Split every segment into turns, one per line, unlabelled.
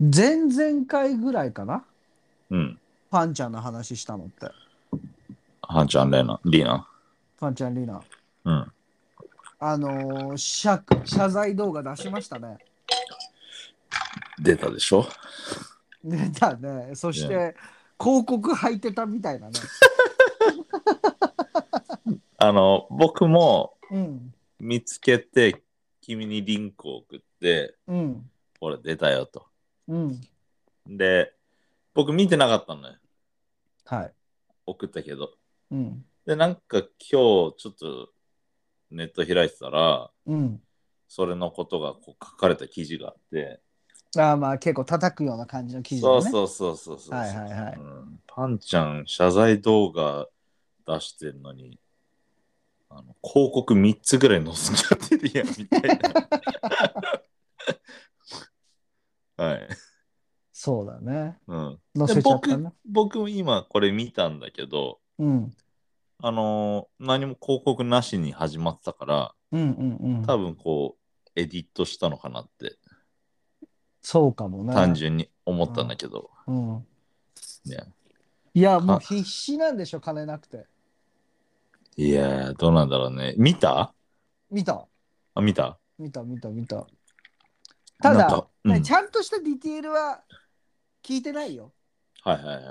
前々回ぐらいかな
うん。
パンちゃんの話したのって。
ハンちゃん、レナ、リーナ。
パンちゃんリナ。
うん。
あのー謝、謝罪動画出しましたね。
出たでしょ
出たね。そして、
う
広告入ってたみたいなね。
あの、僕も
うん。
見つけて、君にリンクを送って、
うん。
ほら、出たよと。
うん。
で、僕見てなかったのよ。
はい。
送ったけど。
うん。
で、なんか今日、ちょっとネット開いてたら、
うん。
それのことがこう書かれた記事があって、
ああまあ結構叩くような感じの記事だ
そ
ね。
うそうそうそうそう。
はいはいはい
うんパンちゃん、謝罪動画出してるのに、あの広告3つぐらい載せちゃってるやん、みたいな。 はい。
そうだね。
うん、
載
で
せちゃった
僕
ね。
僕も今これ見たんだけど、
うん。
あのー何も広告なしに始まってたから、
うんうんうん。
多分こう、エディットしたのかなって、
そうかもね。
単純に思ったんだけど、
うん。
ね。
いや、もう
あ
必死なんでしょ、金なくて。
いやー、どうなんだろうね。見た
見た
あ、見た
見た見た見た。た
なん
だ
か、うん
ねちゃんとしたディティールは聞いてないよ。
はいはいはいはい。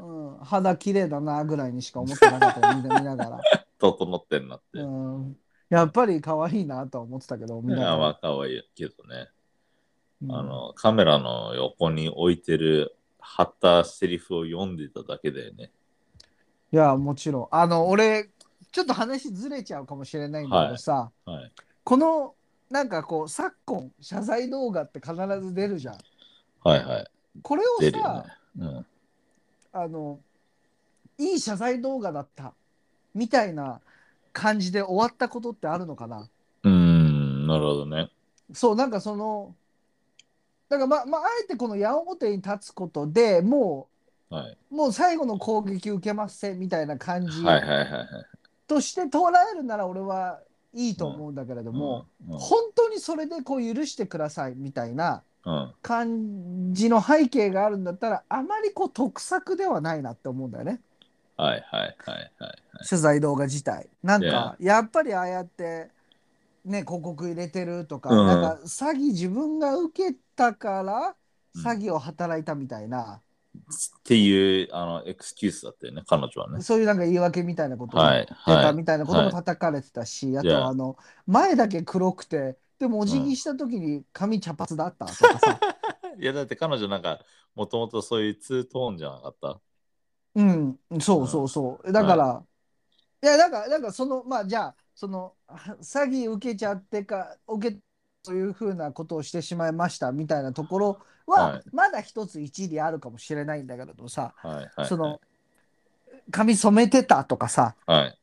うん、肌綺麗だなぐらいにしか思ってなかったよ、みんな見ながら。
整ってんなって。
うん、やっぱり可愛いなとは思ってたけど、
い
みん
や、
な。
まあ、かわいいけどね、
うん
あの、カメラの横に置いてる、貼ったセリフを読んでただけだよね。
いや、もちろん。あの、俺、ちょっと話ずれちゃうかもしれないんだけどさ、
はい。
この、なんかこう、昨今、謝罪動画って必ず出るじゃん。
はいはい。
これ
出
を
るよ
さ、
ね。うん。
あの、いい謝罪動画だった、みたいな感じで終わったことってあるのかな
うーん、なるほどね。
そう、なんかその、だからまあ、まあ、あえてこの矢面に立つことでも
はい。
う、もう最後の攻撃受けますせみたいな感じ
はいはいはいはい。
として捉えるなら俺はいいと思うんだけれども、
うん、うん
本当にそれでこう許してくださいみたいな
うん。
感じの背景があるんだったら、あまりこう得策ではないなって思うんだよね。
はいはいはいはい。
謝罪動画自体。なん
い
か
や、
やっぱりああやって、ね、広告入れてるとか、
うん
なんか詐欺自分が受けたから、
うん
詐欺を働いたみたいな、
っていう、あの、エクスキューズだったよね、彼女はね。
そういうなんか言い訳みたいなことを
は
言っ
い
てた
はい。
みたいなことも叩かれてたし、あとはあの、前だけ黒くて、でもお辞儀した時に髪茶髪だったとかさ、
いや、だって彼女なんか、もともとそういうツートーンじゃなかった。
うん、そうそうそう。だから、い、や、なんか、なんかその、まあじゃあ、その、は詐欺受けちゃってか、受け、というふうなことをしてしまいましたみたいなところは、
はい
まだ一つ一理あるかもしれないんだけれどさ、
はいはい。
その、髪染めてたとかさ、
はい。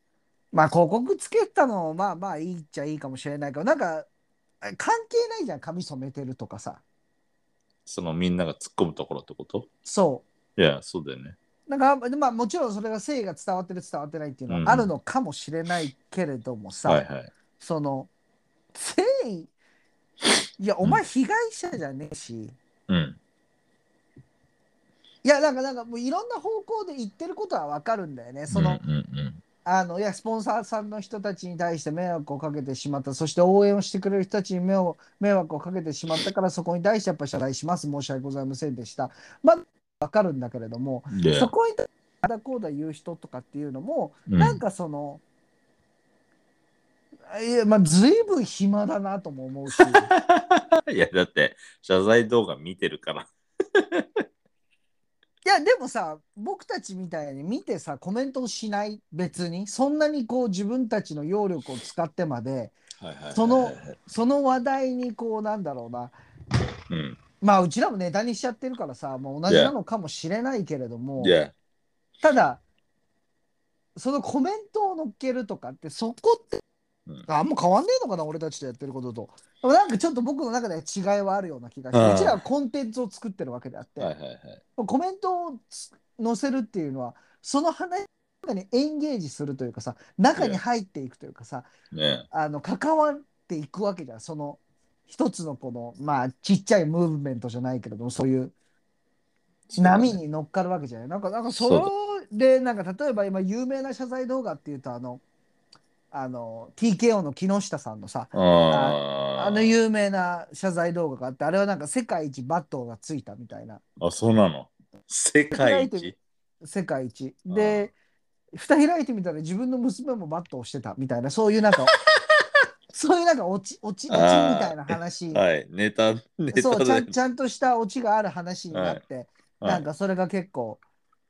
まあ広告つけたのもまあまあいいっちゃいいかもしれないけど、なんか、関係ないじゃん、髪染めてるとかさ。
そのみんなが突っ込むところってこと
そ
いや、そうだよね。
う。なんか、まあもちろんそれが誠意が伝わってる伝わってないっていうのはあるのかもしれないけれどもさ、
はいはい。
その誠意いやお前被害者じゃねえし、い
うん。
やなんかなんかもういろんな方向で言ってることはわかるんだよねその、
うんうんうん、
あのいやスポンサーさんの人たちに対して迷惑をかけてしまったそして応援をしてくれる人たちに迷惑迷惑をかけてしまったからそこに対してやっぱ謝罪します申し訳ございませんでしたまあわかるんだけれども
で
そこに対してあだこうだ言う人とかっていうのも
うん
なんかその、いやまあ随分暇だなとも思 うし。
いやだって謝罪動画見てるから。
いやでもさ僕たちみたいに見てさコメントをしない別にそんなにこう自分たちの揚力を使ってまで
はいはいはいはい
そのその話題にこうなんだろうな
うん。
まあうちらもネタにしちゃってるからさもう同じなのかもしれないけれども
いや
ただそのコメントを乗っけるとかってそこって
うん
あんま変わんねえのかな俺たちとやってることとでもなんかちょっと僕の中では違いはあるような気がし
う
て
ん
うちらはコンテンツを作ってるわけであって。
はいはいはい。
コメントをつ載せるっていうのはその話の中にエンゲージするというかさ中に入っていくというかさ
ね
あの関わっていくわけじゃんその一つのこの、まあ、ちっちゃいムーブメントじゃないけれども、そういう波に乗っかるわけじゃない。なんか、なんか、
そ
そう
だ
れで、なんか、例えば今、有名な謝罪動画っていうと、あの、あの、TKO の木下さんのさ、
そうだねあ
あの
う
有名な謝罪動画があって、あれはなんか、世界一バットがついたみたいな。
あそうなの世界一
世界一。で、蓋開いてみたら自分の娘もバットをしてたみたいな、そういうなん か、そういうなんかオチ、オチ、オチみたいな話。
はいネタネタ
そうち
だ
ゃ
よ
ん、ちゃんとしたオチがある話になって、
はい
なんかそれが結構、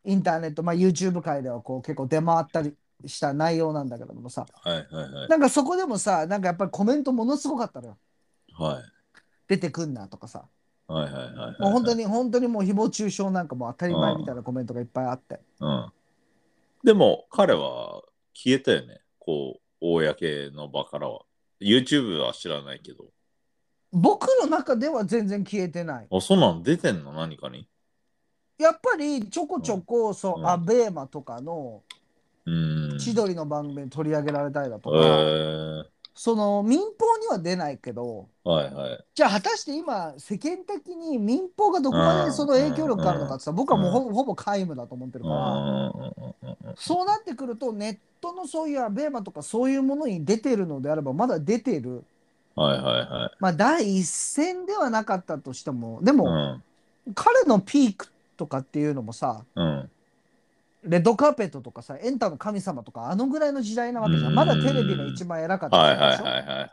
インターネット、まあ、YouTube 界ではこう結構出回ったりした内容なんだけどもさ、
はいはいはい
なんかそこでもさ、なんかやっぱりコメントものすごかったのよ。
はい
出てくんなとかさ、
はいはいはい
もう本当
に、
に本当にもう誹謗中傷なんかもう当たり前みたいなコメントがいっぱいあって。
うん、でも彼は消えたよねこう公の場からは YouTube は知らないけど
僕の中では全然消えてない。
あそうなの出てんの何かに
やっぱりちょこちょこ、そうう、
ん
アベーマとかの
うーん
千鳥の番組に取り上げられたりだと
え
か、
ー、
その民放には出ないけど、
はいはい
じゃあ果たして今世間的に民放がどこまでその影響力があるのかって言ったら僕はもうほぼほぼ皆無だと思ってる
う
から
んうんうんうんうん
そうなってくるとネットのそういうアベーマとかそういうものに出てるのであればまだ出てる
はいはいはい
まあ第一線ではなかったとしてもで
う
も
ん
彼のピークとかっていうのもさ
うん
レッドカーペットとかさエンタの神様とかあのぐらいの時代なわけじゃ
うん
んまだテレビが一番偉かった
はい
時
は
代で
いは
し
い
ょ
はいはい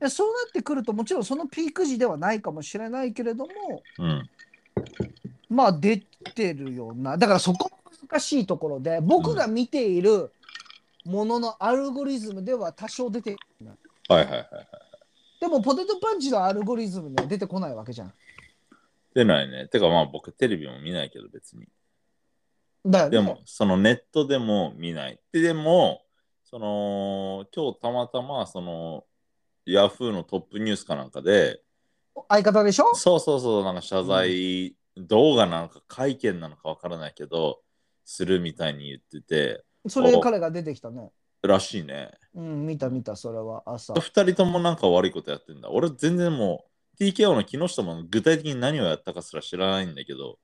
でそうなってくるともちろんそのピーク時ではないかもしれないけれども
うん
まあ出てるよなだからそこも難しいところで僕が見ているもののアルゴリズムでは多少出てるな
はいはいはい
でもポテトパンチのアルゴリズムには出てこないわけじゃん
出ないねてかまあ僕テレビも見ないけど別に
だよね
でも、そのネットでも見ない。で、でも、その、今日たまたま、その、ヤフーのトップニュースかなんかで、
相方でしょ
そうそうそう、なんか謝罪動画なのか会見なのかわからないけど、するみたいに言ってて、
それで彼が出てきたね
らしいね。
うん見た見たそれは朝
二人ともなんか悪いことやってんだ。俺全然もう、TKO の木下も具体的に何をやったかすら知らないんだけど、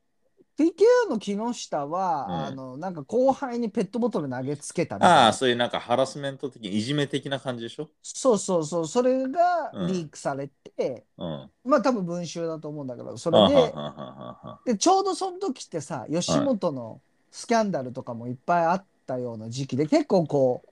TKO の木下は、
うん
あのなんか後輩にペットボトル投げつけたみたい
ああ、
な
そういうなんかハラスメント的、いじめ的な感じでしょ
そうそうそうそれが
うん
リークされて、
うん。
まあ多分文集だと思うんだけどそ
そ
れで
は
でちょうどその時ってさ吉本のスキャンダルとかもいっぱいあったような時期で結構こ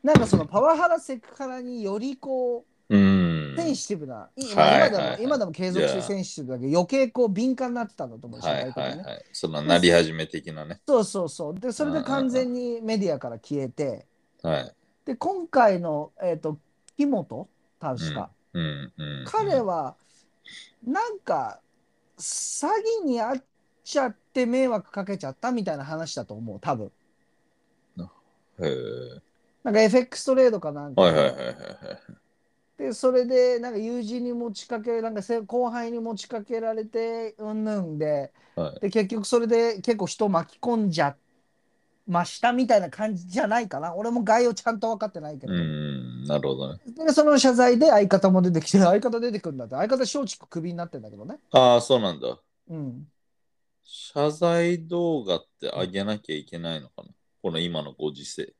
うなんかそのパワハラセクハラによりこ
う。
うんセンシティブな、い
はい
まあ今でも、
はいはい
今でも継続してセンシティブだけど余計こう敏感になってたんだと思うし、
はい
社会
は
的
い
にね
はい。そのなり始め的なね。
そうそうそうでそれで完全にメディアから消えて
はい。
で今回のえっ、と木本確か、
うんうん。
彼はなんか詐欺に遭っちゃって迷惑かけちゃったみたいな話だと思う多分
へえ。
なんか FX トレードかなんか
は
で、
いはいはいはいはい。
でそれでなんか友人に持ちかけなんかせ後輩に持ちかけられてうんぬんで
はい
で結局それで結構人巻き込んじゃましたみたいな感じじゃないかな俺も概要ちゃんと分かってないけ
う
ど、
ん。なるほどね。
でその謝罪で相方も出てきて相方出てくるんだって相方松竹クビになってんだけどね
ああ、そうなんだ。
うん
謝罪動画って上げなきゃいけないのかなこの今のご時世。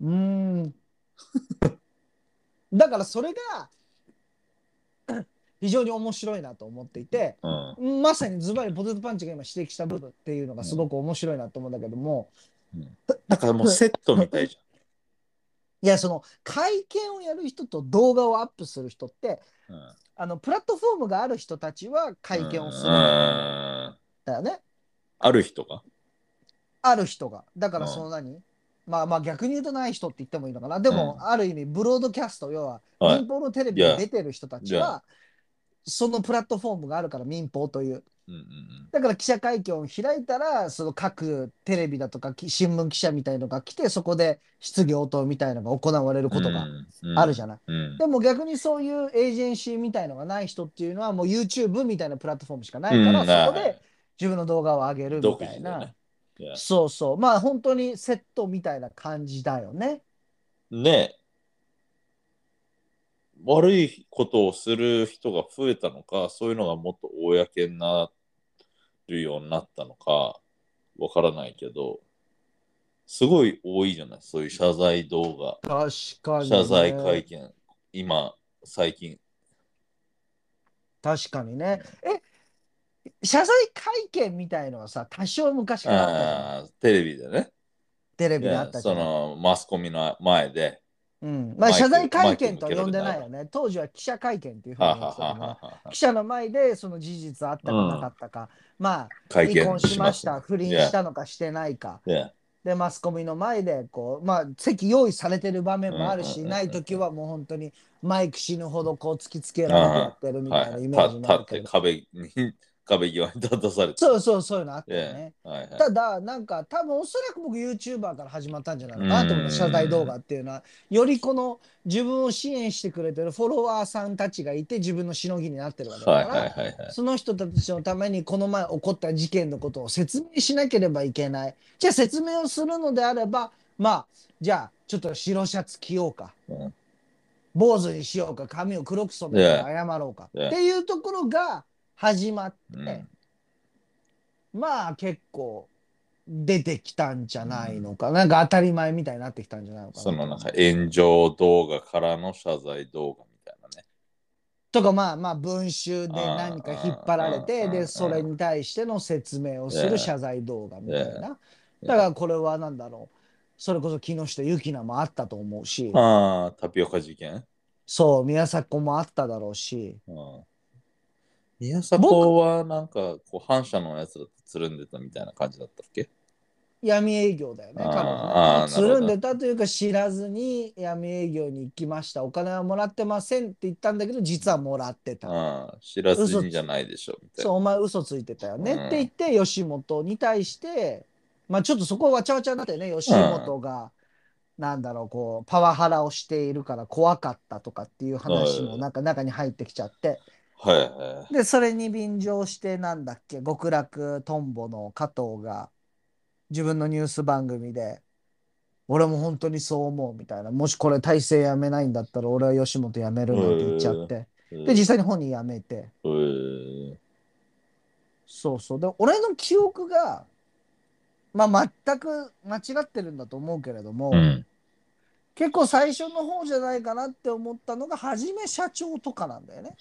うーん だからそれが 非常に面白いなと思っていて、
うん。
まさにズバリポテトパンチが今指摘した部分っていうのがすごく面白いなと思うんだけども、
だからもうセットみたいじ
いやその会見をやる人と動画をアップする人って
ゃん。うん。
あのプラットフォームがある人たちは会見をするん
うん
だよね、
ある人が。
ある人がだから
うん
その何、まあまあ逆に言うとない人って言ってもいいのかなでも、
う
ある意味ブロードキャスト要は
はい
民。放のテレビに出てる人たち
い
は
や
そのプラットフォームがあるから民放という
うんうん
だから記者会見を開いたら、その各テレビだとかき新聞記者みたいのが来て、そこで質疑応答みたいのが行われる
う
こ
ん。
とがあるじゃない。
ゃん。うん。
でも逆にそういうエージェンシーみたいのがない人っていうのは、もう YouTube みたいなプラットフォームしかないから、そこで自分の動画を上げるみ
独
たい
自だ
な。
ね。いや
そうそう。まあ本当にセットみたいな感じだよね。
ね悪いことをする人が増えたのか、そういうのがもっと公になるようになったのか、わからないけど、すごい多いじゃない、そういう謝罪動画。
確かに、ね。
謝罪会見、今、最近。
確かにね。え、謝罪会見みたいのはさ、多少昔からあったじゃん
あーテレビでね。
テレビであっ
で
たじゃ
そ
ん
のマスコミの前で。
うん。まあ、
マイク
謝罪会見とは呼んでない
マイク向け
よ
られ
ね。当時は記者会見っていうふうに
は
言
あ
ってた
は
けど
あは
ね
あはあ
記者の前でその事実あったかなかったか、まあ、
会見
離婚しました、不倫し。たのかしてないか、
Yeah. Yeah.
で、マスコミの前で、こう、まあ、席用意されてる場面もある
うんうん
し、
うんうん
ない時はもう本当にマイク死ぬほどこう突きつけられてやってるみたいなイメージ
はい、
も
た
ある
立っ
け
て
ど、
壁に壁際に立たされて。
そうそう、そういうのあったよね。
はいはい、
ただなんか多分おそらく僕 YouTuber から始まったんじゃないかなと思
う
うん謝罪動画っていうのはよりこの自分を支援してくれてるフォロワーさんたちがいて自分のしのぎになってるわけだか
は
ら、
いはいはいはい。
その人たちのためにこの前起こった事件のことを説明しなければいけないじゃあ説明をするのであればまあじゃあちょっと白シャツ着ようか、
うん
坊主にしようか髪を黒く染めて謝ろうか、
Yeah.
っていうところが始まって。
うん
まあ結構出てきたんじゃないのか、なんか当たり前みたいになってきたんじゃないのかな
そのなんか炎上動画からの謝罪動画みたいなね。
とかまあまあ文集で何か引っ張られ
あーあ
て
ーあー
でそれに対しての説明をす
ね
る謝罪動画みたいな
え
だからこれは何だろうそれこそ木下ゆきなもあったと思うし
ああ、タピオカ事件、
そう宮迫もあっただろうし
うん、宮迫はなんかこう反社のやつらとつるんでたみたいな感じだったっけ
闇営業だよね
あ
多
ー
分ね
あー
つ
なるほど
るんでたというか知らずに闇営業に行きましたお金はもらってませんって言ったんだけど実はもらってた
ああ知らずにじゃないでしょみたい
そう、お前嘘ついてたよね、
うん
って言って、吉本に対して、まあちょっとそこはわちゃわちゃになってね、吉本が、なんだろう、こう、パワハラをしているから怖かったとかっていう話
は
も
い
なんか中に入ってきちゃって、
な。はいは
で、それに便乗して、なんだっけ、極楽とんぼの加藤が、自分のニュース番組で、俺も本当にそう思うみたいな、もしこれ体制やめないんだったら、俺は吉本辞めるなんて言っちゃって、
い。
で、実際に本人辞めて、
うん
そうそう。で、俺の記憶が、まあ、全く間違ってるんだと思うけれども、
うん。
結構最初の方じゃないかなって思ったのが、はじめ社長とかなんだよね。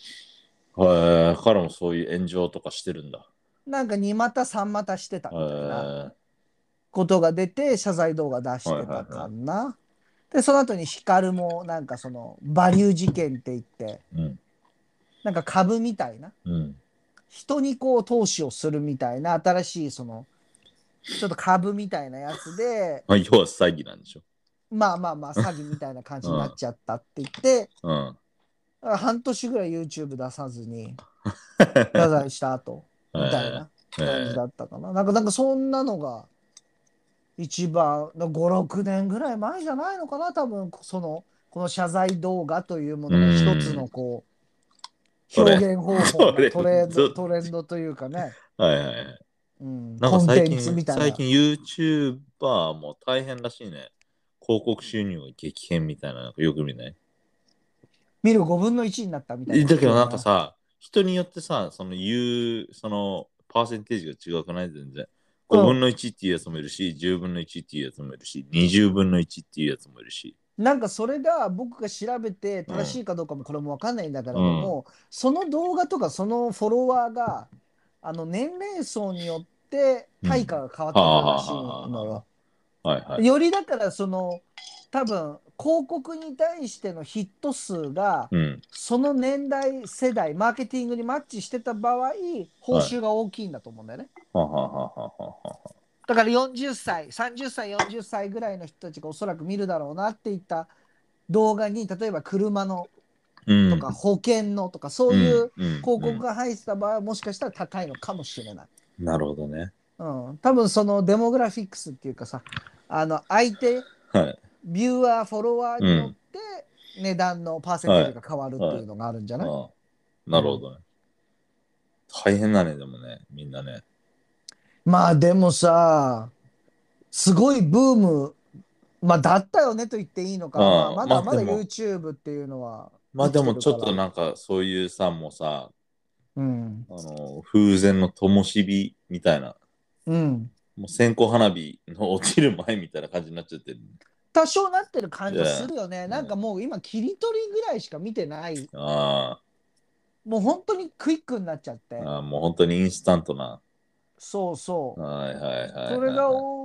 はい。彼もそういう炎上とかしてるんだ。
なんか2股3股してたみたいな
は
ことが出て、謝罪動画出してたかな。で、その後にヒカルも、なんかその、バリュー事件って言って、
い。うん。
なんか株みたいな、
うん。
人にこう投資をするみたいな、新しいその、ちょっと株みたいなやつで、
まあ、要は詐欺なんでしょ。
まあまあまあ詐欺みたいな感じになっちゃったって言って、
うん。
半年ぐらい YouTube 出さず に、
は
ダザイした後、みたいな感じだったかな。なんか、なんかそんなのが、一番、5、6年ぐらい前じゃないのかな、多分、その、この謝罪動画というものの一つのこう、
うん
表現方法の
それ
トレンド、
それ
トレンドというかね、
はいはい。
うん、
なんか
コンテ
最
ンツみ
近、
たい
最
な。
近 YouTuber も大変らしいね。広告収入が激変みたいなのよく見ない
見る5分の1になったみたいな。
だけどなんか、さ、人によってさ、その言う、そのパーセンテージが違くない全
う
然。
ん
5分の1っていうやつもいるし、10分の1っていうやつもいるし、20分の1っていうやつもいるし。
なんかそれが僕が調べて正しいかどうかもこれもわかんないんだけれども、その動画とかそのフォロワーがあの年齢層によって対価が変わってくるらしいのよ。
はいはい。
よりだからその多分広告に対してのヒット数が
うん。
その年代世代マーケティングにマッチしてた場合報酬が大きいんだと思うんだよね。
はははははは。
だから40歳30歳40歳ぐらいの人たちがおそらく見るだろうなっていった動画に例えば車の
うん。
とか保険のとかそういう
広
広告が入ってた場合はもしかしたら高いのかもしれない。
なるほどね。
うん、多分そのデモグラフィックスっていうかさあの相手
はい。
ビューアーフォロワーによって値段のパーセンテージが変わるっていうのがあるんじゃない、
ああなるほどね。大変だね、でもね、みんなね。
まあでもさすごいブーム、まあ、だったよねと言っていいのか、
あ
まあ
あ
まだ
ま
ま
あ
だ
でも
YouTube っていうのは
まあでもちょっとなんかそういうさもうさ
うん。
あの風前の灯火みたいな
うん。
もう線香花火の落ちる前みたいな感じになっちゃってる
多少なってる感じするよね。
ん
なんかもう今、切り取りぐらいしか見てない。
あ
もう本当にクイックになっちゃって
ー。あーもう本当にインスタントな
そうそう。
はいはいはいはい、はい、
それが多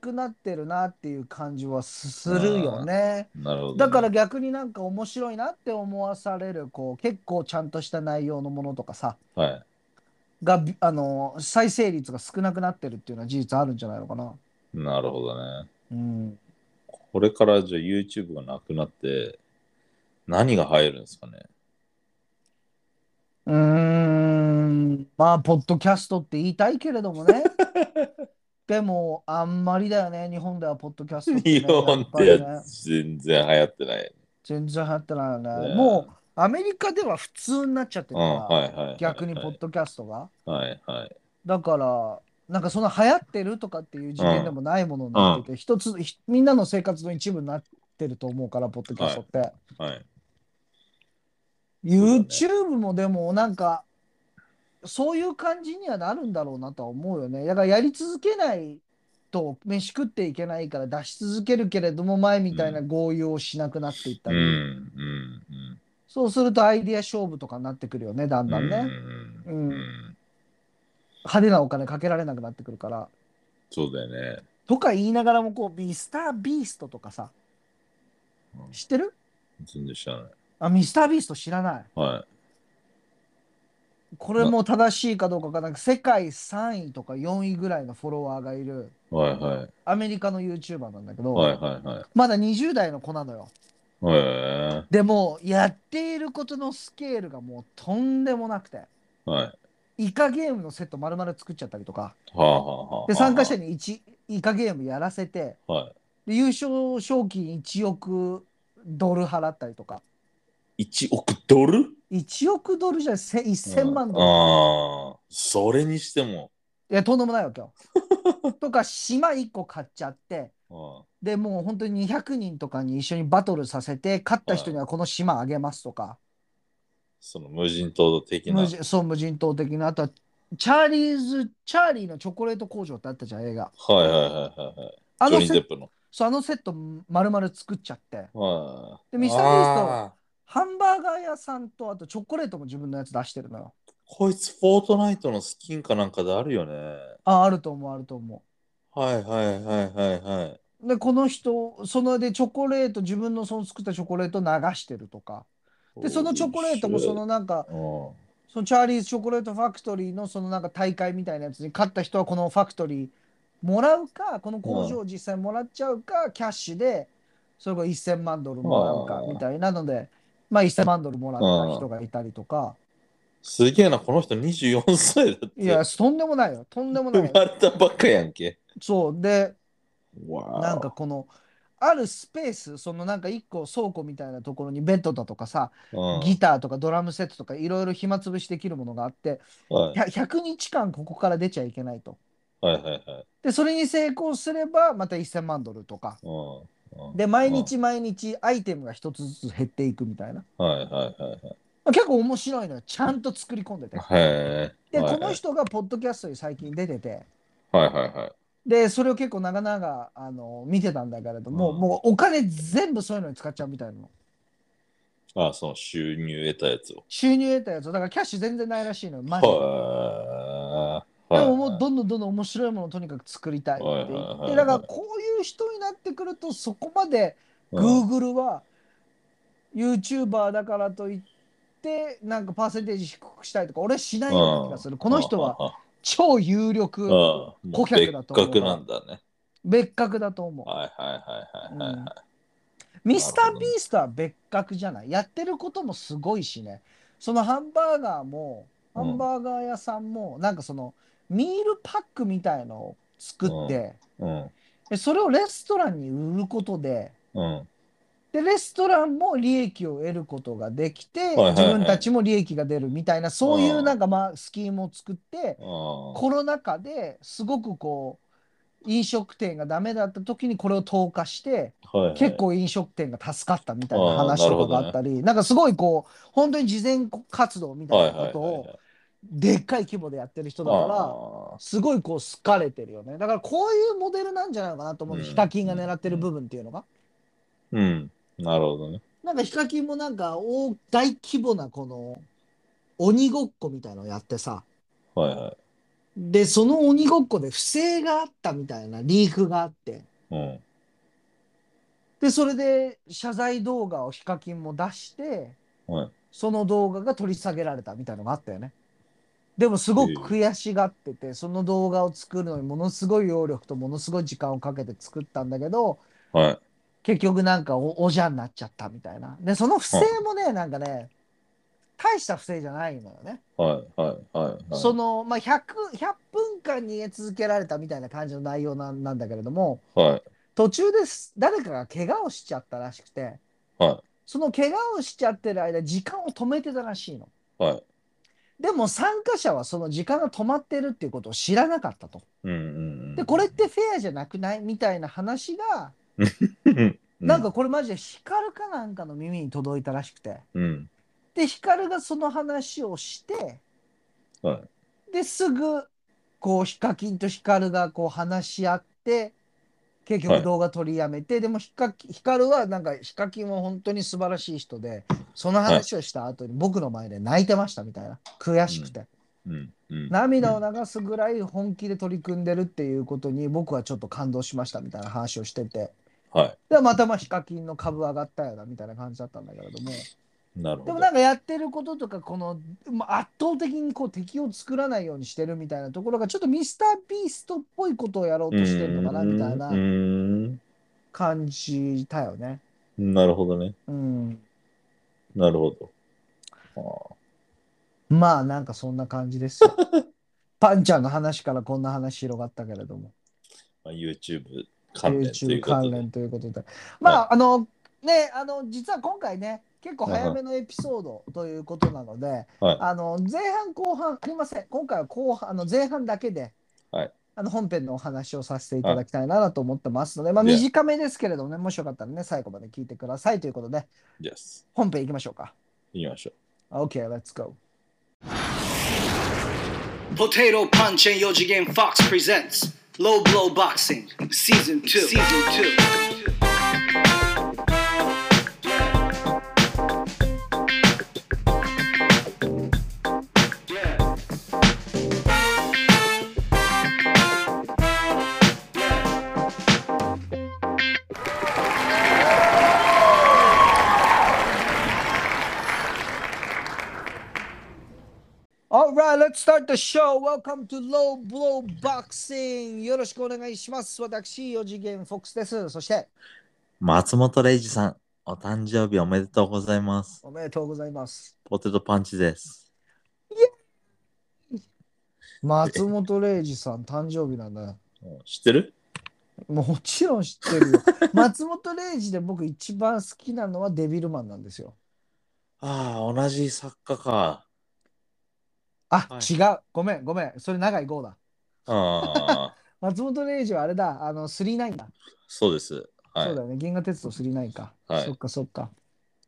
くなってるなっていう感じはすするよね。
なるほどね
だから逆になんか面白いなって思わされるこう結構ちゃんとした内容のものとかさ
はい
がびあの再生率が少なくなってるっていうのは事実あるんじゃないのかな。
なるほどね
うん、
これからじゃあ YouTube がなくなって何が入るんですかね
うーんまあポッドキャストって言いたいけれども ねでもあんまりだよね日本ではポッドキャストってね、
日本
や
っ
っぱ
て
り
や
ね
つ全然流行ってない。
全然流行ってないよね
ね
もうアメリカでは普通になっちゃって
う
る
ん、
から、
はいはいはいはい。
逆にポッドキャストが
はいはい。
だからなんかそんな流行ってるとかっていう時点でもないものになってて、一つひみんなの生活の一部になってると思うからポッドキャストって、
はい。
YouTube もでもなんかそういう感じにはなるんだろうなとは思うよねだからやり続けないと飯食っていけないから出し続けるけれども前みたいな合意をしなくなっていった
うん
り、
うん
そうするとアイデア勝負とかになってくるよねだ
うんん。
だんね、う
う
ん
うんんうん。
派手なお金かけられなくなってくるから
そうだよね。
とか言いながらもこうミスタービーストとかさ
うん
知ってる
全然知らない。
あミスタービースト知らない
は
これも正しいかどうかわからなく世界3位とか4位ぐらいのフォロワーがいる
い。はいはい。
アメリカの YouTuber なんだけど、
はいはいはい。
まだ20代の子なのよ
へ
でもやっていることのスケールがもうとんでもなくて
え。はい。
イカゲームのセット丸々作っちゃったりとか
はあはあはあ。
で参加者
に。
に1イカゲームやらせて
は
で優勝賞金1億ドル払ったりとか
い。1億ドル
1億ドルじゃないせ1000万ドル、
ああ。それにしても。
いやとんでもないわけよ とか島1個買っちゃって
は
でもう本当に200人とかに一緒にバトルさせて勝った人にはこの島あげますとか、
その無人島的な。
無人そう無人島的なあとはチャーリーズチャーリーのチョコレート工場ってあったじゃん映画
はいはいはいはいはい。
あ
ジ
の
ョニー・
セ
デ
ッ
ップの。
そうあのセット丸々作っちゃって
はい。
でミスタービースト
あー
ハンバーガー屋さんとあとチョコレートも自分のやつ出してるのよ
こいつ、フォートナイトのスキンかなんかであるよね。
ああると思うあると思
はいはいはいはいはい。
うでこの人そのでチョコレート自分のその作ったチョコレート流してるとかでそのチョコレートもそのなんか
の、
そのチャーリーズチョコレートファクトリーのそのなんか大会みたいなやつに勝った人はこのファクトリーもらうかこの工場を実際もらっちゃうか、キャッシュでそれこそ1000万ドルもらうか
うん
みたいなので、まあ、1000万ドルもらった人がいたりとか、
すげえな、この人24歳だって。
いやとんでもないよとんでもな
生
い
まれたばっかやんけ。
そうで
わ
なんか、このあるスペースそのなんか1個倉庫みたいなところにベッドだとかさ、
うん、
ギターとかドラムセットとかいろいろ暇つぶしできるものがあって
はい
100日間ここから出ちゃいけないと。
はいはいはい。
で、それに成功すれば、また1000万ドルとか。
うんうん
で、毎日毎日アイテムが一つずつ減っていくみたいな。
うんはいはいはいはい。
まあ結構面白いのよ。ちゃんと作り込んで て。
へえ。
で、
はい
この人がポッドキャストに最近出てて、
はいはいはい。
で、それを結構長々、あの、見てたんだけれども、
うん
もうお金全部そういうのに使っちゃうみたいなの。
あ、その収入得たやつを。
収入得たやつ、だからキャッシュ全然ないらしいのよ、マジで。
はい。
でももうどんどんどんどん面白いものをとにかく作りたいって言って、
はいはいはいはい
だからこういう人になってくるとそこまで
うん
Google は YouTuber だからといってなんかパーセンテージ低くしたいとか俺しないような気がするこの人は超有
うん、
力
うん
顧客だと思う
別格なんだね。
別格だと思う
はいはいはいはいはいはい。
ミスター・ビーストは別格じゃないやってることもすごいしねそのハンバーガーも
う
ハ
ん
ンバーガー屋さんもなんかそのミールパックみたいのを作って
うん。
でそれをレストランに売ることで
うん。
でレストランも利益を得ることができて、
いはいはい
自分たちも利益が出るみたいなそういう
うん
なんかまあスキームを作って、
ああ
コロナ禍ですごくこう飲食店がダメだった時にこれを投下して、
はいはい、
結構飲食店が助かったみたいな
あー
話とかがあったり、なんかすごいこう、本当に慈善活動みた
は
い
いはい
な
はい
こと
はい
を、でっかい規模でやってる人だから、
あ
すごいこう好かれてるよね。だからこういうモデルなんじゃないのかなと思うの、
うん
ヒカキンが狙ってる部分っていうのが。
ーうん、なるほどね。
なんかヒカキンもなんか大大規模なこの鬼ごっこみたいのをやってさ、
はいはい。
で、その鬼ごっこで不正があったみたいなリークがあって、
うん、
で、それで謝罪動画をヒカキンも出して、
はい
その動画が取り下げられたみたいのがあったよね。でもすごく悔しがってて、その動画を作るのにものすごい労力とものすごい時間をかけて作ったんだけど、
はい。
結局なんかおおじゃになっちゃったみたいな。で、その不正もね、なんかね、大した不正じゃないのよね。
はいはいはい、はい。
その、まあ、100, 100分間逃げ続けられたみたいな感じの内容なんなんだけれども、
はい
途中です誰かが怪我をしちゃったらしくて、
は
その怪我をしちゃってる間時間を止めてたらしいの。
いはい。
でも参加者はその時間が止まってるっていうことを知らなかったと。
うんうんうん。
でこれってフェアじゃなくないみたいな話が
うん、
なんかこれマジで光かなんかの耳に届いたらしくて。
うん、
で光がその話をして、
は
ですぐこうヒカキンと光がこう話し合って結
は
局
い
動画取りやめて、でもヒカキ光はなんかヒカキンは本当に素晴らしい人でその話をした後に僕の前で泣いてましたみたいな悔しくて、
うん、うん。
涙を流すぐらい本気で取り組んでるっていうことに僕はちょっと感動しましたみたいな話をしてて
は
でまたまあヒカキンの株上がったよなみたいな感じだったんだけれども。
い。なるほ
で
ど。。
もなんかやってることとかこの、まあ、圧倒的にこう敵を作らないようにしてるみたいなところがちょっとミスタービーストっぽいことをやろうとしてるのかなみたいうなん感じたよね。
うんなるほどね。
うん、
なるほど。
まあなんかそんな感じです よ。パンちゃんの話からこんな話広がったけれども
あーまあ、YouTube 関
YouTube
連ということで。
関連ということでまああのねあの実は今回ね結構早めのエピソードということなので、
はい。
あの前半後半ありません今回は後半あの前半だけで、
はい
あの本編のお話をさせていただきたいなと思ってますので、まあ、
Yeah.
短めですけれどもねもしよかったらね最後まで聞いてくださいということで
Yes。
本編いきましょうか
行きましょ
OK let's go
Potato Punch and Yoji Game Fox presents Low Blow Boxing Season 2. Season 2.
Alright, let's start the show. Welcome to Low Blow Boxing. よろしくお願いします。私、四次元フォックスです。そして、
う。松本零士さん、お誕生日おめでとうございます。
おめでとうございます。
ポテトパンチです。
松本零士さん、誕生日なんだよ。
うん知ってる
もちろん知って るよ。松本零士で僕一番好きなのはデビルマンなんですよ。
ああ、同じ作家か。
あ、
はい
違う。ごめん、ごめん。それ長い号だ。
ああ、
松本零士はあれだ。あの、39だ。
そうです。はい。
そうだよね。銀河鉄道39か。
はい
そっかそっか。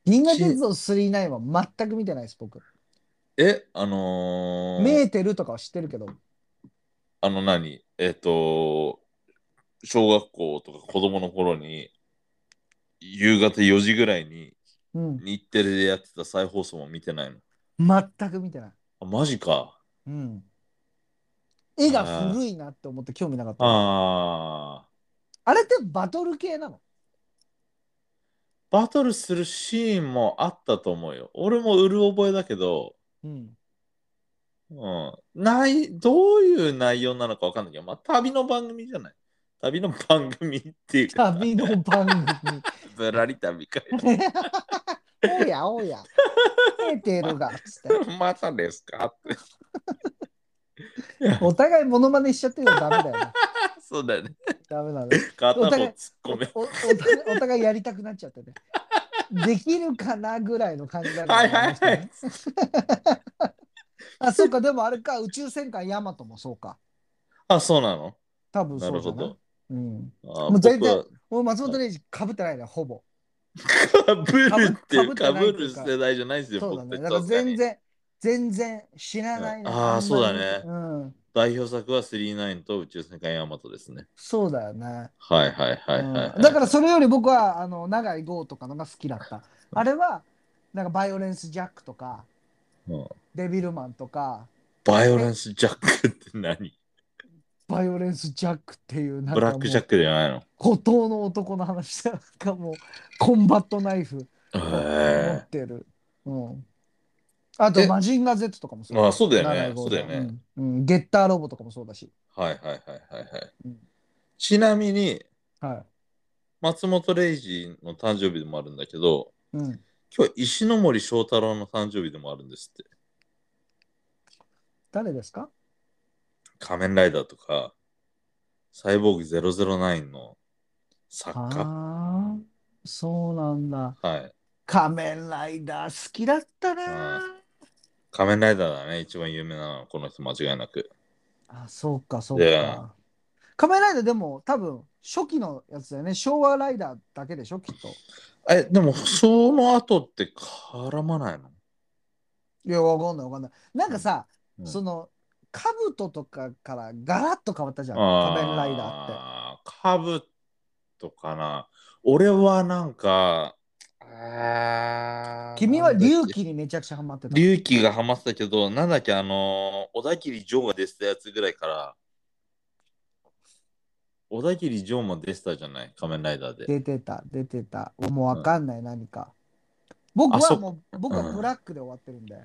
銀河鉄道39は全く見てないです、僕。
え、あのー、
メーテルとかは知ってるけど。
あの何えっ、と、小学校とか子供の頃に、夕方4時ぐらいに
うん。
日テレでやってた再放送も見てないの。
全く見てない。
あ、マジか。
うん。絵が古いなって思って興味なかった。あ
ああ、
れってバトル系なの
バトルするシーンもあったと思うよ。俺もうる覚えだけど、
うん。
うん、ない、どういう内容なのかわかんないけど、まあ、旅の番組じゃない。旅の番組っていうか、
旅の番組。
ぶらり旅かよ。
おやお や、メーテルがつって。
またですかって。
お互いモノマネしちゃってるのダメだよ ね。
そうだよね。
ダメなの。
片方
お互い
突っ 込め。
おお互いお互いやりたくなっちゃってね。できるかなぐらいの感じだから
はい
ね、
はいはい。
あ、そうか、でもあれか、宇宙戦艦ヤマトもそうか。
あ、そうなの
多分
な
そ
る
うじ
ほ
ゃない
ど。。
うん。
あー
もう全然
僕は
もう松本零士かぶってないね、ほぼ。
かぶるっていう
か
か
ぶってない
ぶ
ってい
る
うか
世代じゃないですよ、
そうだ
僕
ね。
たち
だから
確か
全
に。
然、全然知らないね。
うんあー
んまり
そうだね
うん。
代表作は39と宇宙戦艦ヤマトですね。
そうだよね。
はいはいはいはい、はい
うんだからそれより僕は、あの、長井豪とかのが好きだった。あれは、なんかバイオレンス・ジャックとか、
うん
デビルマンとか、
バイオレンスジャックって何
バイオレンス・ジャックっていう、なん
ブ
か
ラ
も
ッ
う
クジャックじゃないの
孤島の男の話だ。なんかもう、コンバットナイフ持
へ
ってる。うん。あと、
え
マジンガー Z とかも
え
そう
まあそうだよ
長
ね
い。号
そうだよね。
うん。うんゲッターロボとかもそうだし。
はいはいはいはいはい。
うん
ちなみに、
は
松本零士の誕生日でもあるんだけど、
い。うん。
今日は石ノ森章太郎の誕生日でもあるんですって。
誰ですか
仮面ライダーとか、サイボーグ009の作
あ
家。
あー、そうなんだ。
はい。
仮面ライダー好きだったな。
仮面ライダーだね、一番有名なのはこの人間違いなく。
あ、そうか、そう
い
か
や。
仮面ライダーでも多分初期のやつだよね。昭和ライダーだけでしょ、きっと。
え、でもその後って絡まないの
いや、わかんないわかんない。なんかさ、
うん
その、カブトとかからガラッと変わったじゃん、
あ
仮面ライダーって。
って。かぶとかな。俺はなんか、あー
君は
なんだ
龍
っけ
騎にめちゃくちゃハマってた。
龍騎がハマってたけど、なんだっけ、あのー小田切ジョーが出てたやつぐらいから、小田切ジョーも出てたじゃない、仮面ライダーで。
出てた、出てた。もうわかんない、何か。僕
あそ
は
っ
もう、僕はブラックで終わってるんで。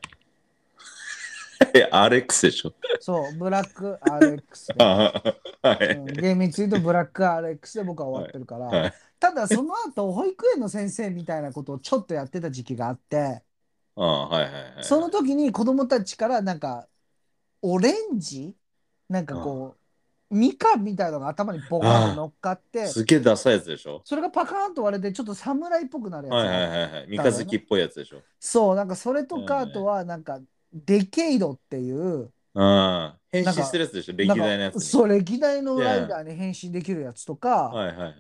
え、 アレックスでしょ。
そう、ブラック RX で。
あーは
うん
い。
厳密に言うとブラック RX で僕は終わってるから、
はいはい
ただその後保育園の先生みたいなことをちょっとやってた時期があって
あーはいはいはい。
その時に子供たちからなんかオレンジなんかこうみかんみたいなのが頭にボカンと乗っかって
すげえダサいやつでしょ。
それがパカーンと割れてちょっと侍っぽくなるやつ、
はいはいはいはい。三日月っぽいやつでしょ。
そうなんかそれとか
う
あ
ん
とはなんかデケイドっていう
うん。変身するやつでしょ、歴
なんか
代のやつに。
そう歴代のライダーに変身できるやつとか、
はいはいはい。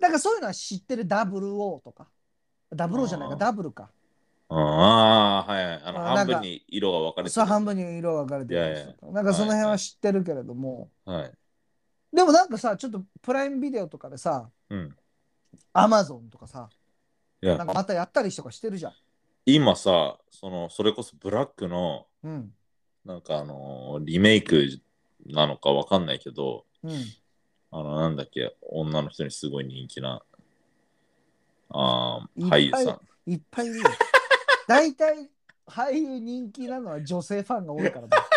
なんかそういうのは知ってる WO とか。WO じゃないか、
あー
ダブルか。
ああ、はいはい。あの、
あーな
半
んか
分に色が分かれてる
そう、半分に色が分かれてるやつとか。なんかその辺は知ってるけれども。
はい。
でもなんかさ、ちょっとプライムビデオとかでさ、
うん。
アマゾンとかさ、
い
なんか
や、
またやったりとかしてるじゃん。
今さ、その、それこそブラックの、
うん。
なんかあのーリメイクなのか分かんないけど、
うん。
あの、なんだっけ、女の人にすごい人気な、あー
いっぱ
俳
い
優さん。
いっぱいいるよ。大体、俳優人気なのは女性ファンが多いからだ。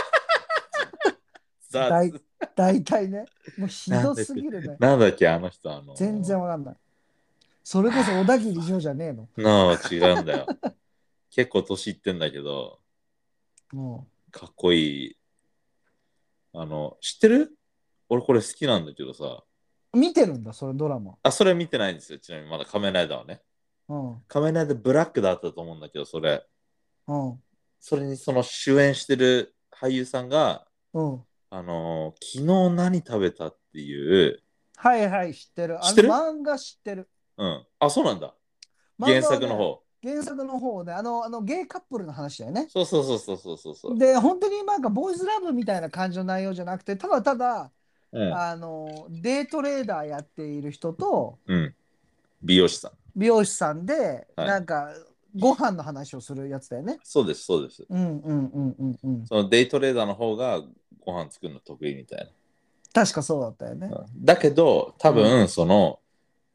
ザ
大大体ね。もうひどすぎるね。
なんだっけ、あの人、あのー
全然。わかんない。それこそ小田切城じゃねえの。
なあ、違うんだよ。 結構年いってんだけど、
も
かっこいい。あの、知ってる俺これ好きなんだけどさ。
う、見てるんだ、それドラマ。
あ、それは見てないんですよ。ちなみにまだ仮面ライダーはね。
うん。
仮面ライダーブラックだったと思うんだけど、それ。
うん。
それにその主演してる俳優さんが、
うん。
あのー昨日何食べたっていう、
はいはい、知ってる。あ
知って
の
る
漫画知ってる。
うん。あ、そうなんだ。
漫画はね
原作の。方。
原作の方ね、あの、あのゲイカップルの話だよね。
そうそうそうそうそうそうそう。
で、本当になんかボーイズラブみたいな感じの内容じゃなくて、ただただ、
うん。
あの、デートレーダーやっている人と、
うん、美容師さん。
美容師さんで、
はい
なんか、ご飯の話をするやつだよね。
そうです、そうです。
うんうんうんうんうん。
そのデイトレーダーの方がご飯作るの得意みたいな。
確かそうだったよね。
だけど多分その、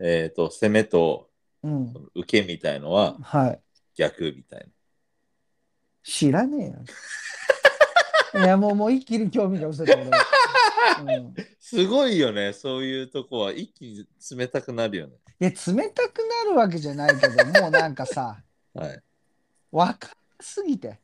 えっ、と攻めと
うん。
受けみたいのは
はい。
逆みたい
知らねえよ。 いや、もう、もう一気に興味が失せた俺は。うん
なすごいよねそういうとこは一気に冷たくなるよね
いや、冷たくなるわけじゃないけど、もうなんか さ、
はいい
若すぎて。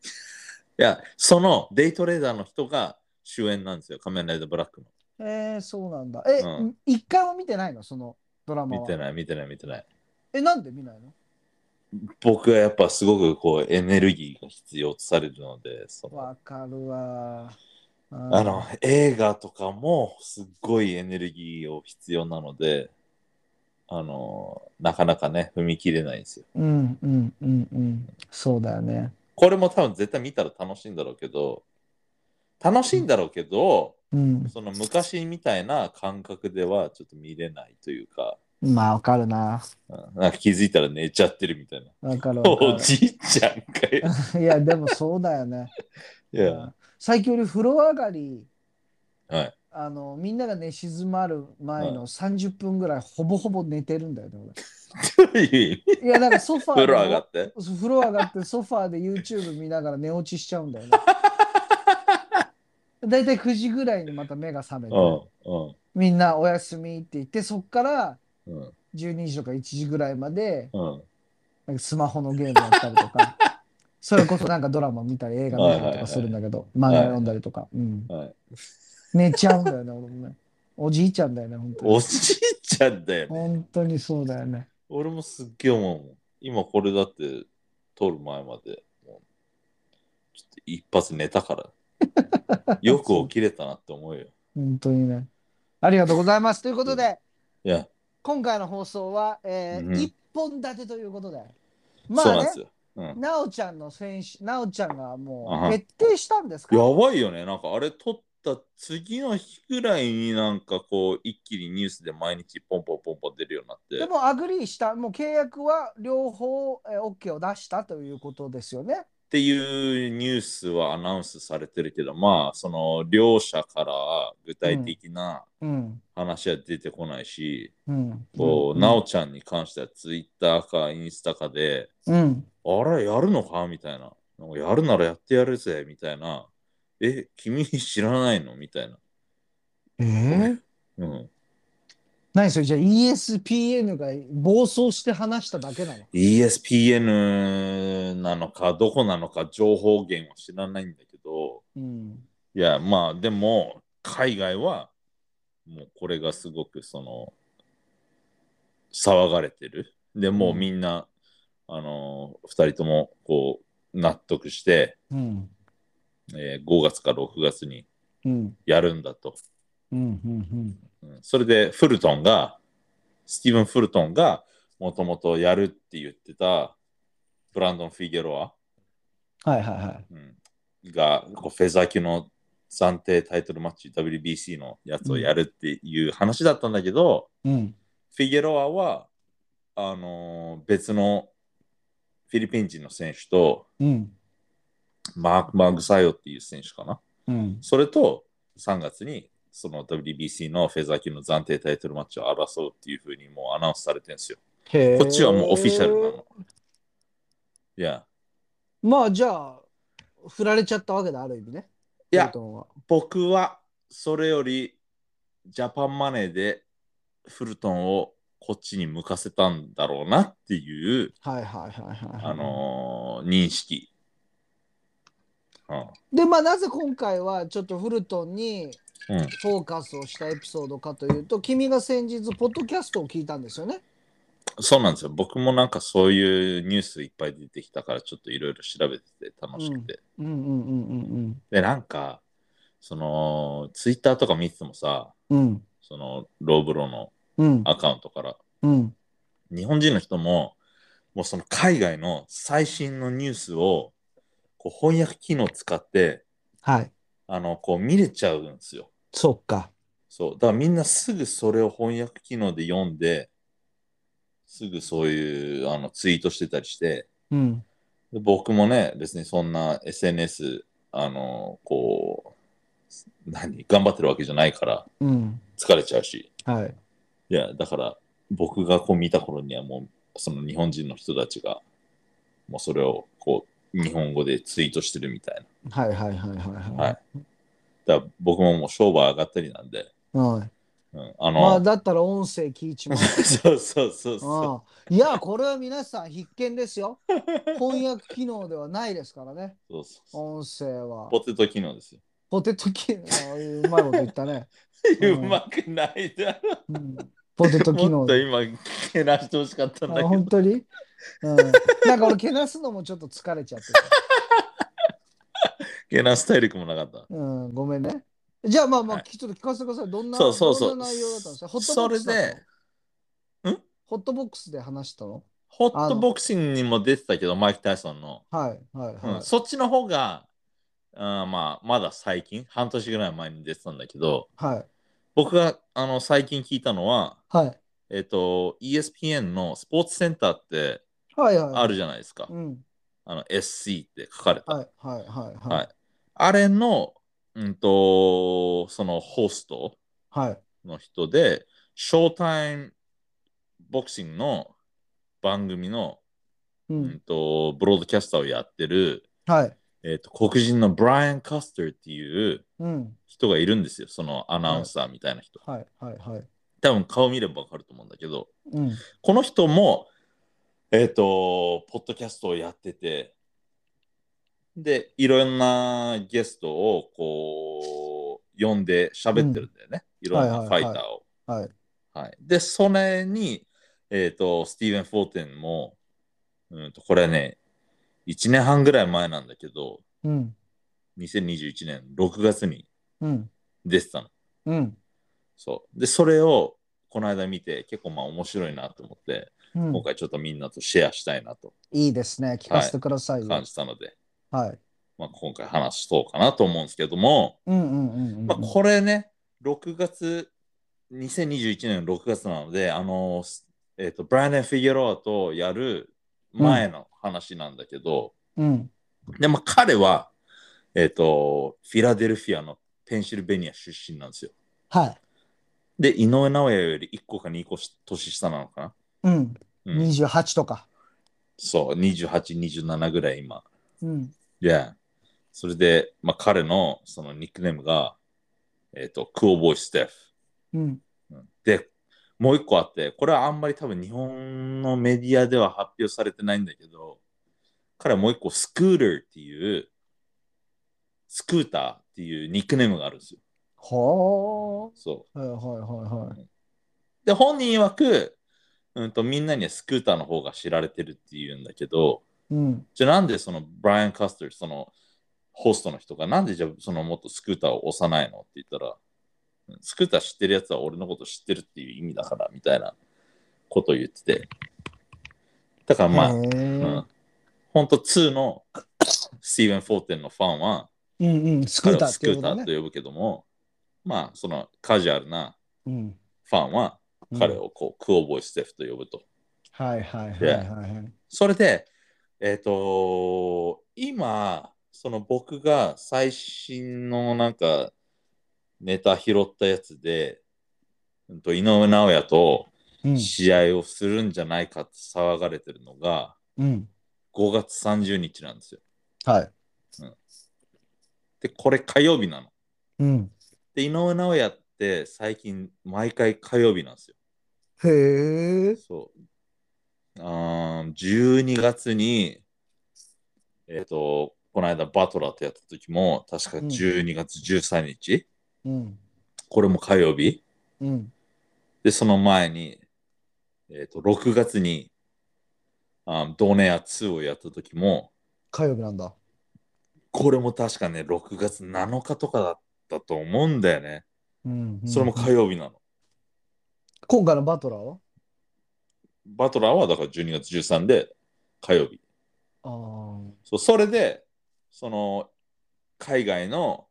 やそのデイトレーダーの人が主演なんですよ仮面ライダーブラックの
えー、そうなんだ。え、
うん
一回も見てないのそのドラマは。
見て
い。
ない見てない見てない
え、なんで見ないの
僕はやっぱすごくこうエネルギーが必要とされるのでその
わかるわ。うん
あの、映画とかもすっごいエネルギーを必要なので、あの、なかなかね、踏み切れないんですよ。
うんうんうんうんそうだよね
これも多分絶対見たら楽しいんだろうけど、楽しいんだろうけど、
うん
その昔みたいな感覚ではちょっと見れないというか、
まあわかるな
うんなんか気づいたら寝ちゃってるみたいな。
わかるわ
お
か
じいちゃんかよ。
るいやでもそうだよね
い や、
最近より風呂上がり
はい。
あのみんなが寝静まる前の30分ぐらいほぼほぼ寝てるんだよね
どういう意味
俺いやなんかソファー
風
で
呂上がって。
そう風呂上がってソファーで YouTube 見ながら寝落ちしちゃうんだよねだいたい9時ぐらいにまた目が覚め
う
て、
ん、うん
みんなおやすみって言ってそっから、
うん、
12時とか1時ぐらいまで
うん。
なんかスマホのゲームやったりと かそれこそなんかドラマ見たり映画見たりとかするんだけど、
いはい
漫画読んだりとか、うん、
はい。
寝ちゃうんだよね俺もねおじいちゃんだよね本当に
おじいちゃんだよね。
本当にそうだよね
俺もすっげえ思うもん。今これだって撮る前まで、もうちょっと一発寝た から。よく起きれたなって思うよ。
本当にねありがとうございますということで
いや、
今回の放送は、えー
うん
一本立てということでま
そう
あ
なん
ね
ですよ。うん。や
なおちゃんの選手なおちゃんが
あ
も
は
う決定したんですか
ばいよね。なんかあれ撮った次の日ぐらいになんかこう、一気にニュースで毎日ポンポンポンポン出るようになって。
でもアグリーしたもう契約は両方、えー、OK を出したということですよね
っていうニュースはアナウンスされてるけど、まあ、その両者から具体的な
うん
話は出てこないし、
うん
こう、なおちゃんに関してはツイッターかインスタかで、
うん
あれやるのかみたいな。なんかやるならやってやるぜ、みたいな。え、君知らないのみたいな。
えー、
うん。
何それじゃあ ESPN が暴走して話しただけなの
ESPN なのか、どこなのか、情報源は知らないんだけど、
うん
いや、まあ、でも、海外は、もうこれがすごく、その、騒がれてる。でもうみんな、あのー、二人とも、こう、納得して、
うん
えー5月か6月に
うん
やるんだと。
うんうん
うんそれで、フルトンが、スティーブン・フルトンが、もともとやるって言ってた、ブランドン・フィゲロア、
はいはいはい
うんがこうフェザー級の暫定タイトルマッチ WBC のやつをやるっていう話だったんだけど、
うん
フィゲロアはあのー別のフィリピン人の選手と
うん
マーク・マグサヨっていう選手かな
うん
それと3月にその WBC のフェザー級の暫定タイトルマッチを争うっていうふうにもうアナウンスされてるんですよ。
へー
こっちはもうオフィシャルなの。いや、
まあじゃあ振られちゃったわけだある意味ね
いや
フルトンは
僕はそれよりジャパンマネーでフルトンをこっちに向かせたんだろうなっていう、
はいはいはいはいはい
あのー認識。うん
でまあなぜ今回はちょっとフルトンに
うん
フォーカスをしたエピソードかというと君が先日ポッドキャストを聞いたんですよね。
そうなんですよ。僕もなんかそういうニュースいっぱい出てきたから、ちょっといろいろ調べてて楽しくて。
うんうんうんうん
で、なんか、その、ツイッターとか見ててもさ、
うんうん
その、ローブロの
うん
アカウントから、
うん
日本人の人も、もうその海外の最新のニュースを、こう翻訳機能使って、
はい
あの、こう見れちゃうんですよ。
そっか
そう。だからみんなすぐそれを翻訳機能で読んで、すぐそういうあのツイートしてたりして、
うん
で僕もね、別にそんな SNS、あの、こう、何、頑張ってるわけじゃないから、
うん
疲れちゃうし。
はい
いや、だから、僕がこう見た頃にはもう、その日本人の人たちが、もうそれをこう、日本語でツイートしてるみたい
はいはいはいはいはい
な。はい。だから僕ももう商売上がったりなんで、
はい
うん、あの、
まあだったら音声聞いちまう。
そうそうそうそ
うんいやこれは皆さん必見です よ。翻訳機能ではないですからね
うそうそうそう。
音声は。
ポテト機能ですよ。
ポテト機能うまいこと言ったね。
う
うん
まくないだろ。
うんポテト機能
もっと
で。
今、けなしてほしかったんだ
あ
け
本
ど。
当に、うん、なんか俺けなすのもちょっと疲れちゃって
ゲナス大陸もなかった。
うん、ごめんね。じゃあまあまあ、
はい
ちょっと聞かせてください。どんな
そうそうそ
どんな内容だったんですかホ
う。
ットボ
そ
ック
れ
スだったの
で、
ホットボックスで話したの
ホットボクシングにも出てたけど、マイク・タイソンの。
はいはいはい。
うん、そっちの方が、あーまあ、まだ最近、半年ぐらい前に出てたんだけど、
はい
僕があの最近聞いたのは、
はい。
えっと、ESPN のスポーツセンターって
はいはい。
あるじゃないですか。
うん。
あの SC って書かれた。
はいはいはい
は
はい
い。あれの、うんと、そのホスト
はい。
の人で、ショータイムボクシングの番組の、
う
うんん。と、ブロードキャスターをやってる、
はい。
えっと、黒人のブライアン・カスターっていう
うん。
人がいるんですよ。そのアナウンサーみたいな人。
はいはいはい。
多分顔見ればわかると思うんだけど、
うん。
この人も、えっ、と、ポッドキャストをやってて、で、いろんなゲストをこう、呼んで喋ってるんだよね。いろんなファイターを。
はい。
はい、で、それに、えっ、と、スティーブン・フォーテンも、うんと、これね、1年半ぐらい前なんだけど、
うん。
2021年6月に
うん。
出てたの。
うん。
そう。で、それを、この間見て、結構まあ面白いなと思って、
うん
今回ちょっとみんなとシェアしたいなと
いいですね。聞かせてくださいよ。
感じたので、
はい。
まあ、今回話しそうかなと思うんですけども、
うんうんうんうん。
まあ、これね、6月、2021年の6月なので、あの、すえっ、と、ブライアン・フィギュロアとやる前の話なんだけど、
うん。
で、まあ、彼は、えっ、と、フィラデルフィアのペンシルベニア出身なんですよ。
はい。
で、井上尚弥より1個か2個し年下なのか
う
な。
ん。
うん
28とか。
そう、28、27ぐらい今。
うん。
で、それで、まあ、彼のそのニックネームが、えっ、と、クオボイステフ。
うん。
で、もう一個あって、これはあんまり多分日本のメディアでは発表されてないんだけど、彼はもう一個、スクーターっていう、スクーターっていうニックネームがあるんですよ。
ほ。
そう
はいはいはいはい。
う。で、本人曰く、うんと、みんなにはスクーターの方が知られてるっていうんだけど、
うん。
じゃあなんでそのブライアン・カスター、そのホストの人が、なんでじゃあそのもっとスクーターを押さないのって言ったら、うんスクーター知ってるやつは俺のこと知ってるっていう意味だからみたいなことを言ってて。だからまあ、
へ
う
ー
ん、ほんと2のスティーブン・フォーテンのファンは、
うんうん。スク
彼
ータ
を
ーっ
ス
て
ク
いうこ
ータ
と
ー
ね。
と呼ぶけども、まあそのカジュアルな
うん。
ファンは彼をこう、クオボイステフと呼ぶと。
はいはいはいはいはい。
それで、えっ、と、今、その僕が最新のなんかネタ拾ったやつで、うんと井上尚弥と
うん
試合をするんじゃないかって騒がれてるのが
うん。
5月30日なんですよ。
はい。
で、これ火曜日なの。
うん。
で、井上尚弥って最近毎回火曜日なんですよ。
へえ。
そう。あー12月に、えっ、と、この間バトラーとやった時も、確か
うん
12月13日、
うん。
これも火曜日。
うん。
で、その前に、えっ、と、6月に、あードネア2をやった時も、
火曜日なんだ。
これも確かね、6月7日とかだったと思うんだよね。
うんうん
それも火曜日なの。
今回のバトラーは
バトラーはだから12月13で火曜日。
ああ。
そうそれで、その、海外の、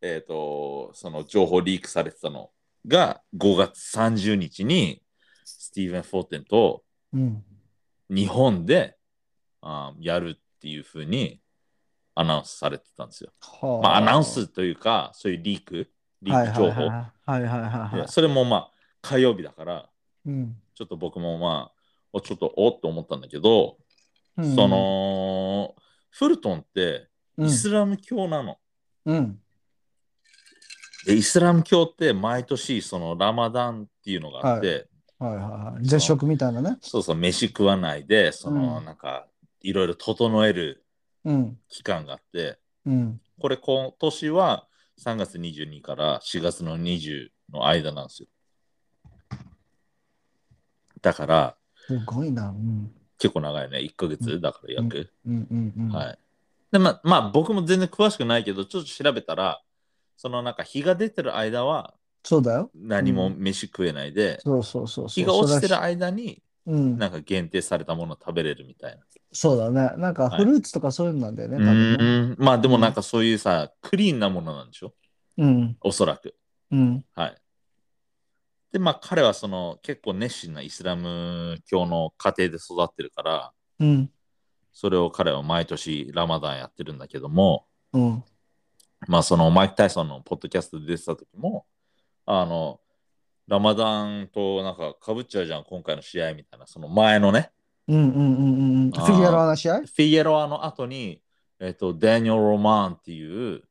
えっ、と、その情報リークされてたのが、5月30日に、スティーブン・フォーテンと
うん。
日本で、あーやるっていうふうにアナウンスされてたんですよ。
は
まあ、アナウンスというか、そういうリーク、リーク情報。
はいはいはいはいいは
や
い。
それもまあ、火曜日だから、
うん。
ちょっと僕もまあ、おちょっとおっと思ったんだけど、
うん
そ、の、フルトンって
うん
イスラム教なの。
うん。
でイスラム教って毎年そのラマダンっていうのがあって、
はいはいはい。絶食みたいなね。
そうそう飯食わないでその
うん
なんかいろいろ整える
うん。
期間があって
うん。
これ今年は3月22から4月の20の間なんですよだから
すごいな。うん。
結構長いね1ヶ月だから約、
うんうんうん。
はいでまあまあ僕も全然詳しくないけどちょっと調べたらそのなんか日が出てる間は
そうだよ。
何も
うん
飯食えないで、
そうそうそうそう。
日が落ちて
そ
る
らし
間に
いうん。
なんか限定されたものを食べれるみたいな。
そうだね。なんか
は
フ
い
ルーツとかそういうのなんだよね、
う
多分ね。
んまあでもなんかそういうさクリーンなものなんでしょ
うん。
おそらく。
うん。
はい。でまあ彼はその結構熱心なイスラム教の家庭で育ってるから
うん。
それを彼は毎年ラマダンやってるんだけども
うん。
まあそのマイク・タイソンのポッドキャストで出てた時もあのラマダンとなんかかぶっちゃうじゃん今回の試合みたいなその前のね
うんうんうんうんうん。フ
あー
ィギュアの話し合い
フィエロアの後に、えっと、ダニエル・ロマンっていう、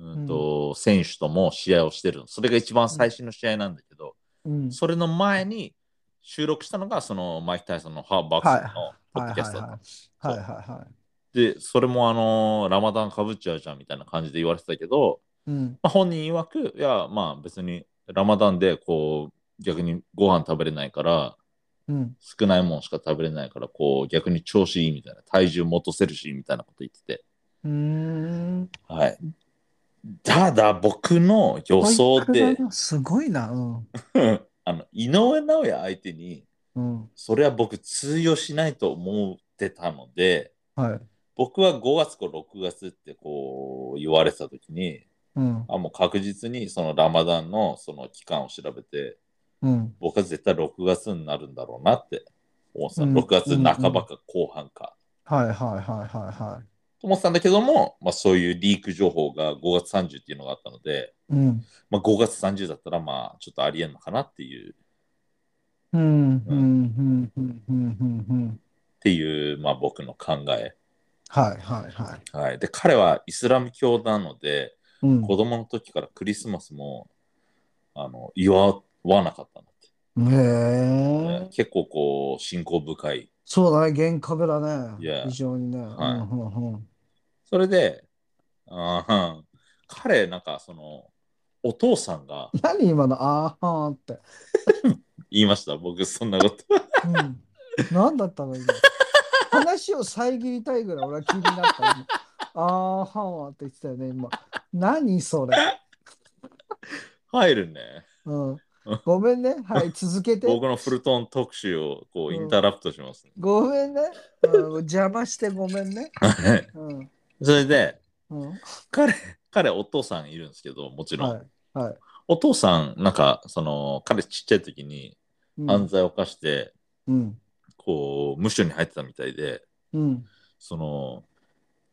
うんと選手とも試合をしてるのそれが一番最新の試合なんだけど、
うん。
それの前に収録したのがそのマイク・タイソンのハーバークスのポッドキャストだったの
はいはいは
で、それもあのーラマダンかぶっちゃうじゃんみたいな感じで言われてたけど、
い。うん。
まあ、本人曰く、いや、まあ別にラマダンでこう逆にご飯食べれないから、
うん。
少ないもんしか食べれないから、こう逆に調子いいみたいな、体重も落とせるしみたいなこと言ってて。
うーん。
はい。ただ僕の予想
保
で
育、園すごいな。うん。
あの井上尚弥相手に、
うん。
それは僕通用しないと思ってたので、
はい。
僕は5月か6月ってこう言われてた時に、
うん。
あもう確実にそのラマダンのその期間を調べて、
うん。
僕は絶対6月になるんだろうなって思ってた。
うん
6月半ばか後半か。
はいはいはいはいは
と思ってたんだけども、まあ、そういうリーク情報が5月30っていうのがあったので、
い。うん。
まあ、5月30だったらまあちょっとありえんのかなっていう、
うん。うん。うん。うん。うん。うん。うん。
っていうまあ僕の考え。
はいはいはい。
はい、で彼はイスラム教なので、
うん。
子供の時からクリスマスもあの祝わなかったんだっ
へ
て。ね
え。
結構こう信仰深い。
そうだね、原壁だね。
Yeah.
非常にね。
はい
うんうんうん
それで、あーうん彼なんかそのお父さんが
何今のあーはーって。
言いました僕そんなこと。
うん。何だったの 今。話を遮りたいぐらい俺は気になった。今あーはーはって言ってたよね、今。何それ。
入るね。
うん。ごめんね。はい、続けて。
僕のフルトン特集をこうインタラプトしますね。
ごめんね。うん邪魔してごめんね。
はい
うん。
それで
うん。
彼彼お父さんいるんですけどもちろん、
はい。はい。
お父さんなんかその彼ちっちゃい時に
うん
犯罪を犯して、
うん。
こう無所に入ってたみたいで
うん。
その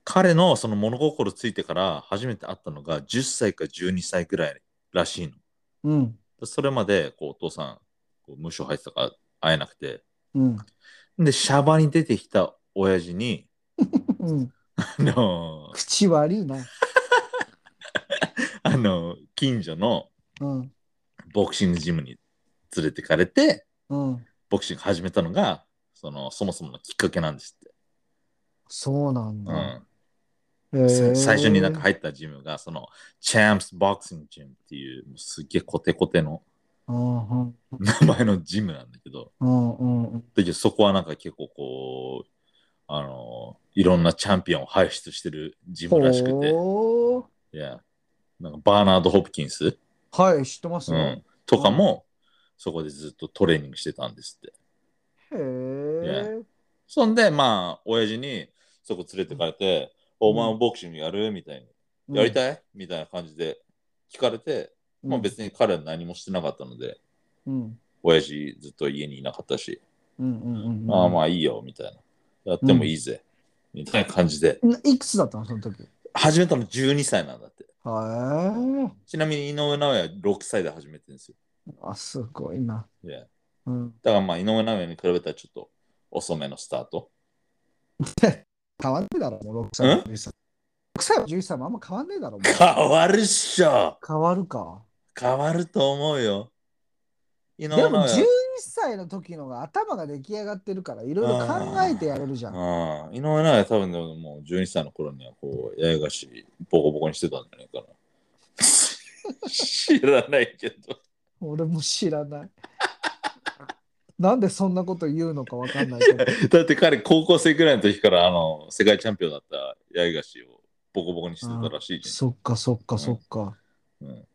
彼のその物心ついてから初めて会ったのが10歳か12歳ぐらいらしいの
うん。
でそれまでこうお父さんこう無所入ってたから会えなくて
うん。
でシャバに出てきた親父に
うん。
あの
口悪いな。
あの近所の
うん。
ボクシングジムに連れてかれて
うん。
ボクシング始めたのがそのそもそものきっかけなんですって、
そうなん
う
だ。
ん
へ
さ
ー
最初になんか入ったジムがそのチャンプスボクシングジムっていうもうすっげえコテコテの
うんうん
名前のジムなんだけど
うんうんうん
だけどそこはなんか結構こうあのいろんなチャンピオンを輩出してるジムらしくて
ほー
いやなんかバーナード・ホプキンス、
はい、知ってます
う
よ。
ん、とかもそこでずっとトレーニングしてたんですって
へえ。
そんでまあ親父にそこ連れてかれて「
ん
お前もボクシングやる?」みたいな。やりたいみたいな感じで聞かれて、
うん
まあ別に彼は何もしてなかったので、
うん
親父ずっと家にいなかったし、
うんうんうんうん。
ああまあいいよみたいな。やってもいいぜ、みたいな感じで。
いくつだったのその時。へ
始めたの12歳なんだって。
え。
ちなみに井上尚弥は6歳で始めてるんですよ。
あ、すごいな。
いや
うん。
だからまあ井上尚弥に比べたらちょっと遅めのスタート。
変わんねえだろ、もう6歳
ん
は11歳。6歳は11歳もあんま変わんねえだろ、もう
変わるっしょ
変わるか。
変わると思うよ。井上
でも
尚
11
弥
歳の時のが頭が出来上がってるから、いろいろ考えてやれるじゃん。
は。うん井上尚弥多分でももう12歳の頃にはこう、八重樫ボコボコにしてたんじゃないか な。知らないけど。
俺も知らない。なんでそんなこと言うのかわかんないけ ど。
だって彼、高校生くらいの時から、あの、世界チャンピオンだった八重樫をボコボコにしてたらしいじ
そっかそっかそっか。
ゃん。うん、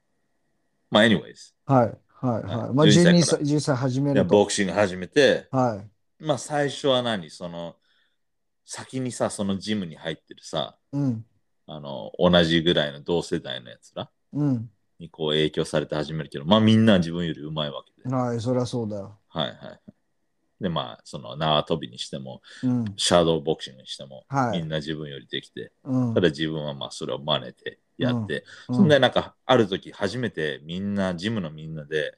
まあ、anyways。
はいはいはい。まあ
12
12
歳
歳、12歳始め
で
る
ボ
と。
クシング始めて、
はい。
まあ、最初は何その、先にさ、そのジムに入ってるさ、
うん
あの、同じぐらいの同世代のやつら
うん。
にこう影響されて始めるけど、まあ、みんな自分より上手いわけで。
はい、そりゃそうだよ。
はいはいはい。で、まあ、その縄跳びにしても、
うん
シャドーボクシングにしても、
はい
みんな自分よりできて、
うん。
ただ自分はまあそれを真似てやって、
うん
そんでなんかある時初めてみんな、ジムのみんなで、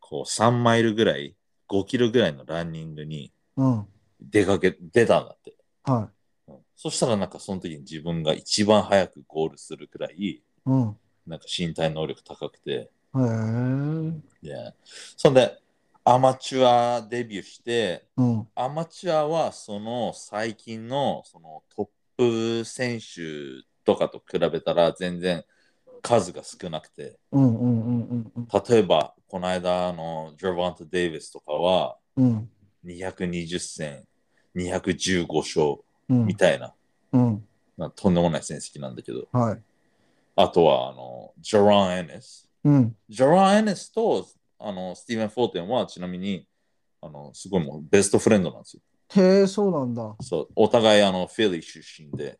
こう3マイルぐらい、5キロぐらいのランニングに
うん。
出かけ、出たんだって。
は
うんそしたらなんかその時に自分が一番早くゴールするくらい、
い。うん。
なんか身体能力高くて、
へえ。
でそんでアマチュアデビューして、
うん。
アマチュアはその最近のそのトップ選手とかと比べたら全然数が少なくて
うんうんうんうんうん
例えばこの間あのジョバント・デイビスとかは
うん
220戦215勝
うん
みたいな,、
うん
なとんでもない成績なんだけど
はい
あとはあのジョラン・エネス
うん
ジョラン・エネスとあのスティーブン・フォーテンはちなみにあのすごいもうベストフレンドなんですよ
へえそうなんだ
そうお互いあのフィリー出身で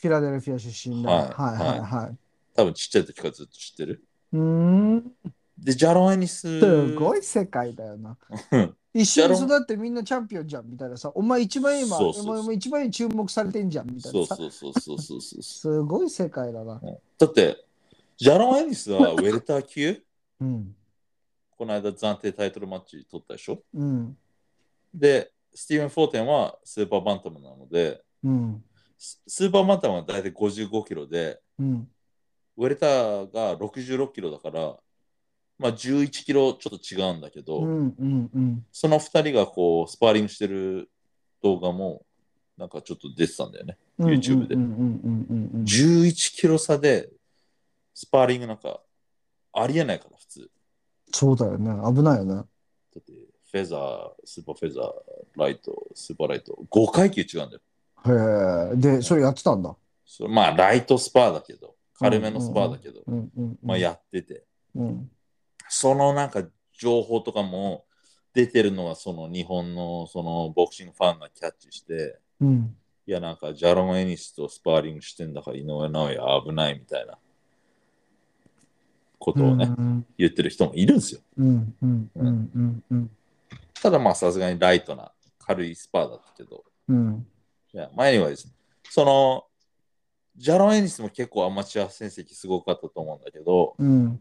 フィラデルフィア出身だ
は
はいいはいはい
多分ちっちゃい時からずっと知ってる。
うーん
で、ジャロエニス。
すごい世界だよな
うん
一緒に育ってみんなチャンピオンじゃんみたいなさお前一番今
そうそうそう
お前一番注目されてんじゃんみたい
そ
な
う
さ
そうそうそうそうそうそ
すごい世界だな
う。うんだって、ジャロエニスはウェルター級
うん
この間暫定タイトルマッチ取ったでしょ
うん
で、スティーブン・フォーテンはスーパーバンタムなので、
うん
ススーパーバンタムは大体55キロで、
うん
ウェルターが66キロだから、まあ11キロちょっと違うんだけど、
うんうんうん
その2人がこうスパーリングしてる動画もなんかちょっと出てたんだよね。YouTube で
うんうんうんうんうん
11キロ差でスパーリングなんかありえないから普通。
そうだよね危ないよね
だってフェザー、スーパーフェザー、ライト、スーパーライト、5階級違うんだよ。
へえでそれやってたんだ
それまあライトスパーだけど、軽めのスパーだけど、
うんうんうん
まあやってて、
うん
そのなんか情報とかも出てるのはその日本のそのボクシングファンがキャッチして、
うん
いやなんかジャロム・エニスとスパーリングしてんだから井上尚弥危ないみたいなことをね、
うん
言ってる人もいるんですよ。
うんうんうんうんうん
ただまあさすがにライトな軽いスパーだったけど、
うん
いや、まあ anyways、その、ジャロン・エニスも結構アマチュア成績すごかったと思うんだけど、
うん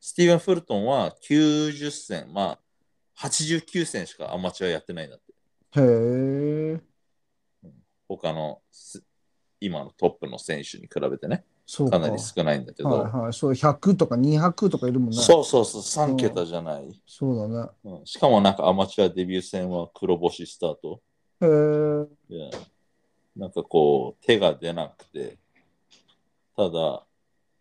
スティーブン・フルトンは90戦、まあ89戦しかアマチュアやってないんだって。
へえ
他のす今のトップの選手に比べてね、
そう
か
か
なり少ないんだけど、
はいはいそう100とか200とかいるもんね
そうそうそう、3桁じゃない、
そうだね
うんしかもなんかアマチュアデビュー戦は黒星スタート。
へえ
いや、なんかこう、手が出なくて、ただ、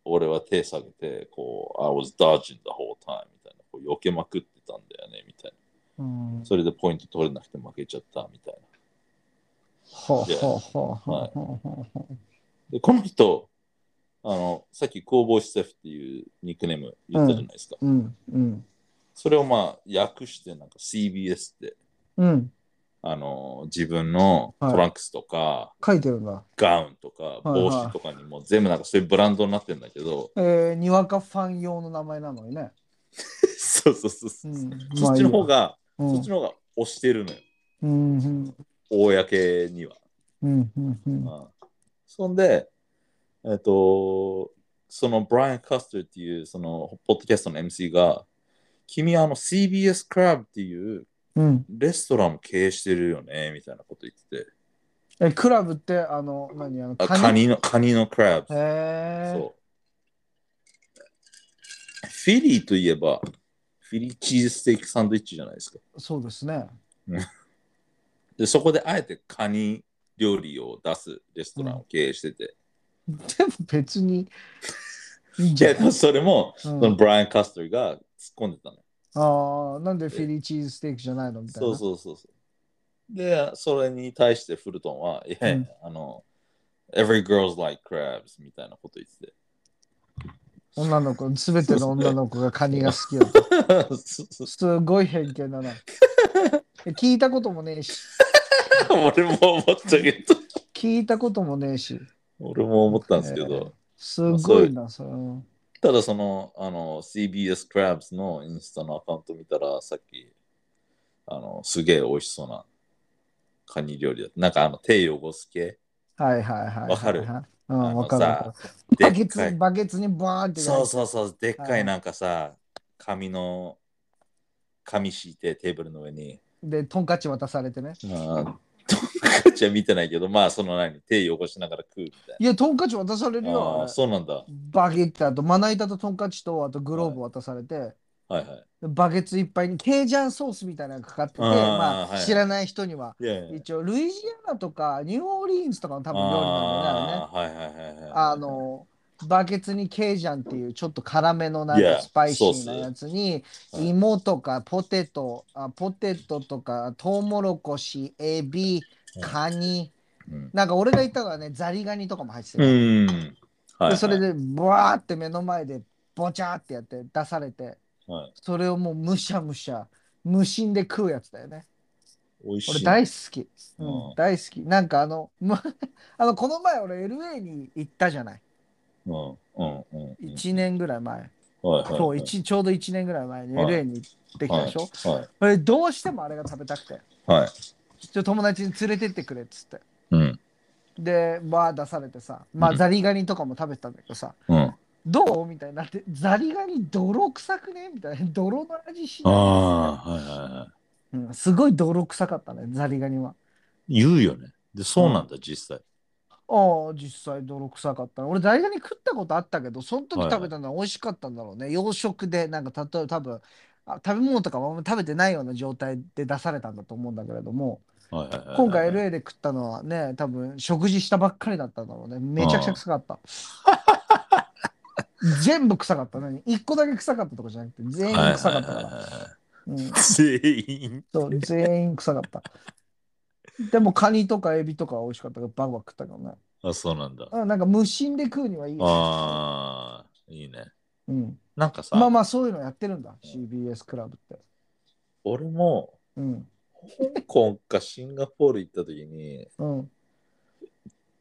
俺は手下げて、こう、I was dodging the whole time みたいな、こう、避けまくってたんだよね、みたい
うん
な。それでポイント取れなくて負けちゃった、みたいな。
は
で
あはあはあはあはあはあ
で、この人、あの、さっき、工房シセフっていうニックネーム言ったじゃないですか。
うんうん
それをまあ、訳して、なんか CBS って、
うん
あの、自分のトランクスとか、
書いてるんだ
ガウンとか、
はい
帽子とかにも全部なんかそういうブランドになってるんだけ ど、
えーにわかファン用の名前なのにね
そうそうそうそうう。
んまあ
そっちの方が、
いい
そ
わ
っちの方が押してるのよ。
うんうん
公には。
うんうんう
うんんそんで、えっ、と、そのブライアン・カスターっていう、その、ポッドキャストの MC が、君、あの、CBS クラブっていう
うん
レストランも経営してるよね、みたいなこと言ってて。
えクラブってあの何あの
あ、カニの、カニのクラブ。
へえ
そう。フィリーといえば、フィリーチーズステーキサンドイッチじゃないですか。
そうですね
で、そこであえてカニ料理を出すレストランを経営してて。
でも別にいいん
い
じゃ
や、
ん
でもそれも、
うん
そのブライアン・カスターが突っ込んでたのよ。
ああ、なんでフィリーチーズステーキじゃないのみたいな。
そうそうそうそう。で、それに対してフルトンは、いやいや、
うん
あの、every girl's like crabs みたいなこと言ってて。
女の子、すべての女の子がカニが好きだと。すごい偏見だ な。聞いたこともねえし、
俺も思ったけど、
聞いたこともねえし、
俺も思ったんですけど、
すごいな、それ。
ただその、あの、CBS crabs のインスタのアカウント見たら、さっき、あの、すげえ美味しそうなカニ料理だった。なんかあの、手汚す系。
はいはいはい。
わかる
う
あ
ん、
の
わかるわか
さ
る。バ
で
ケ
っか
ツ、
い。
バケツにバーンって。
そうそうそう、でっか
はい
いなんかさ、紙の、紙敷いてテーブルの上に、
で、トンカチ渡されてね。
まあ、トンカチは見てないけど、まあ、その何、手汚しながら食うみたい
いや、トンカチ渡される
な。
よ
ああ、。そうなんだ。は
バケってあと、まな板とトンカチと、あとグローブ渡されて、
いはい。
バケツいっぱいにケージャンソースみたいなのがかかってて、
あー
まあ、
はい
知らない人には。
いやいや
一応、ルイジアナとか、ニューオーリンズとかの多分料理なんだよね。
ああはいはいはいはい。
あの、バケツにケージャンっていうちょっと辛めのなん
Yeah
かスパイシーなやつに
ソースはい
芋とかポテト、あポテトとかトウモロコシ、エビ、カニ、
うん、
なんか俺が言ったのはね、ザリガニとかも入ってて、
う
で
ん。はい、はい。
それでブワーって目の前でボチャーってやって出されて、
はい
それをもうむしゃむしゃ、無心で食うやつだよね。
美味しい。
俺大好き。うん
うん
大好き。なんかあの、 まあのこの前俺 LA に行ったじゃない。
うんうんうんうん。
1年ぐらい前。
はいはいはい、
そう一ちょうど1年ぐらい前に
はい
LA に行ってきたでしょ、
はい
これどうしてもあれが食べたくて
はい。はい。
ちょ友達に連れてってくれっつって
うん
でバー出されてさま
う
あ
ん
ザリガニとかも食べてたんだけどさ、
うん。
どうみたいになってザリガニ泥臭くねみたいな泥の味し
あ
な、
あ、はいはいはい。
うん、すごい泥臭かったねザリガニはい
言うよね。で、そうなんだ、実際。
ああ実際泥臭かった俺ザリガニ食ったことあったけどその時食べたのは美味しかったんだろうね、洋食でなんか例えば多分あ食べ物とかはあんま食べてないような状態で出されたんだと思うんだけれども、
はいはいはいはい。
今回 LA で食ったのはね、多分食事したばっかりだったんだろうね。めちゃくちゃ臭かった。 全部臭かった。何一個だけ臭かったとかじゃなくて、全員臭かった
はい
か
はいは
ら。
いはい
うん、
全員。
そう全員臭かった。でもカニとかエビとかは美味しかったからバクバク食ったけどね。
あ、そうなんだ。
うんなんか無心で食うにはいいよ、
ああ、いいね。
うん。
なんかさ、
まあまあそういうのやってるんだ。CBS クラブって。
俺も
うん。
香港かシンガポール行った時に、
うん。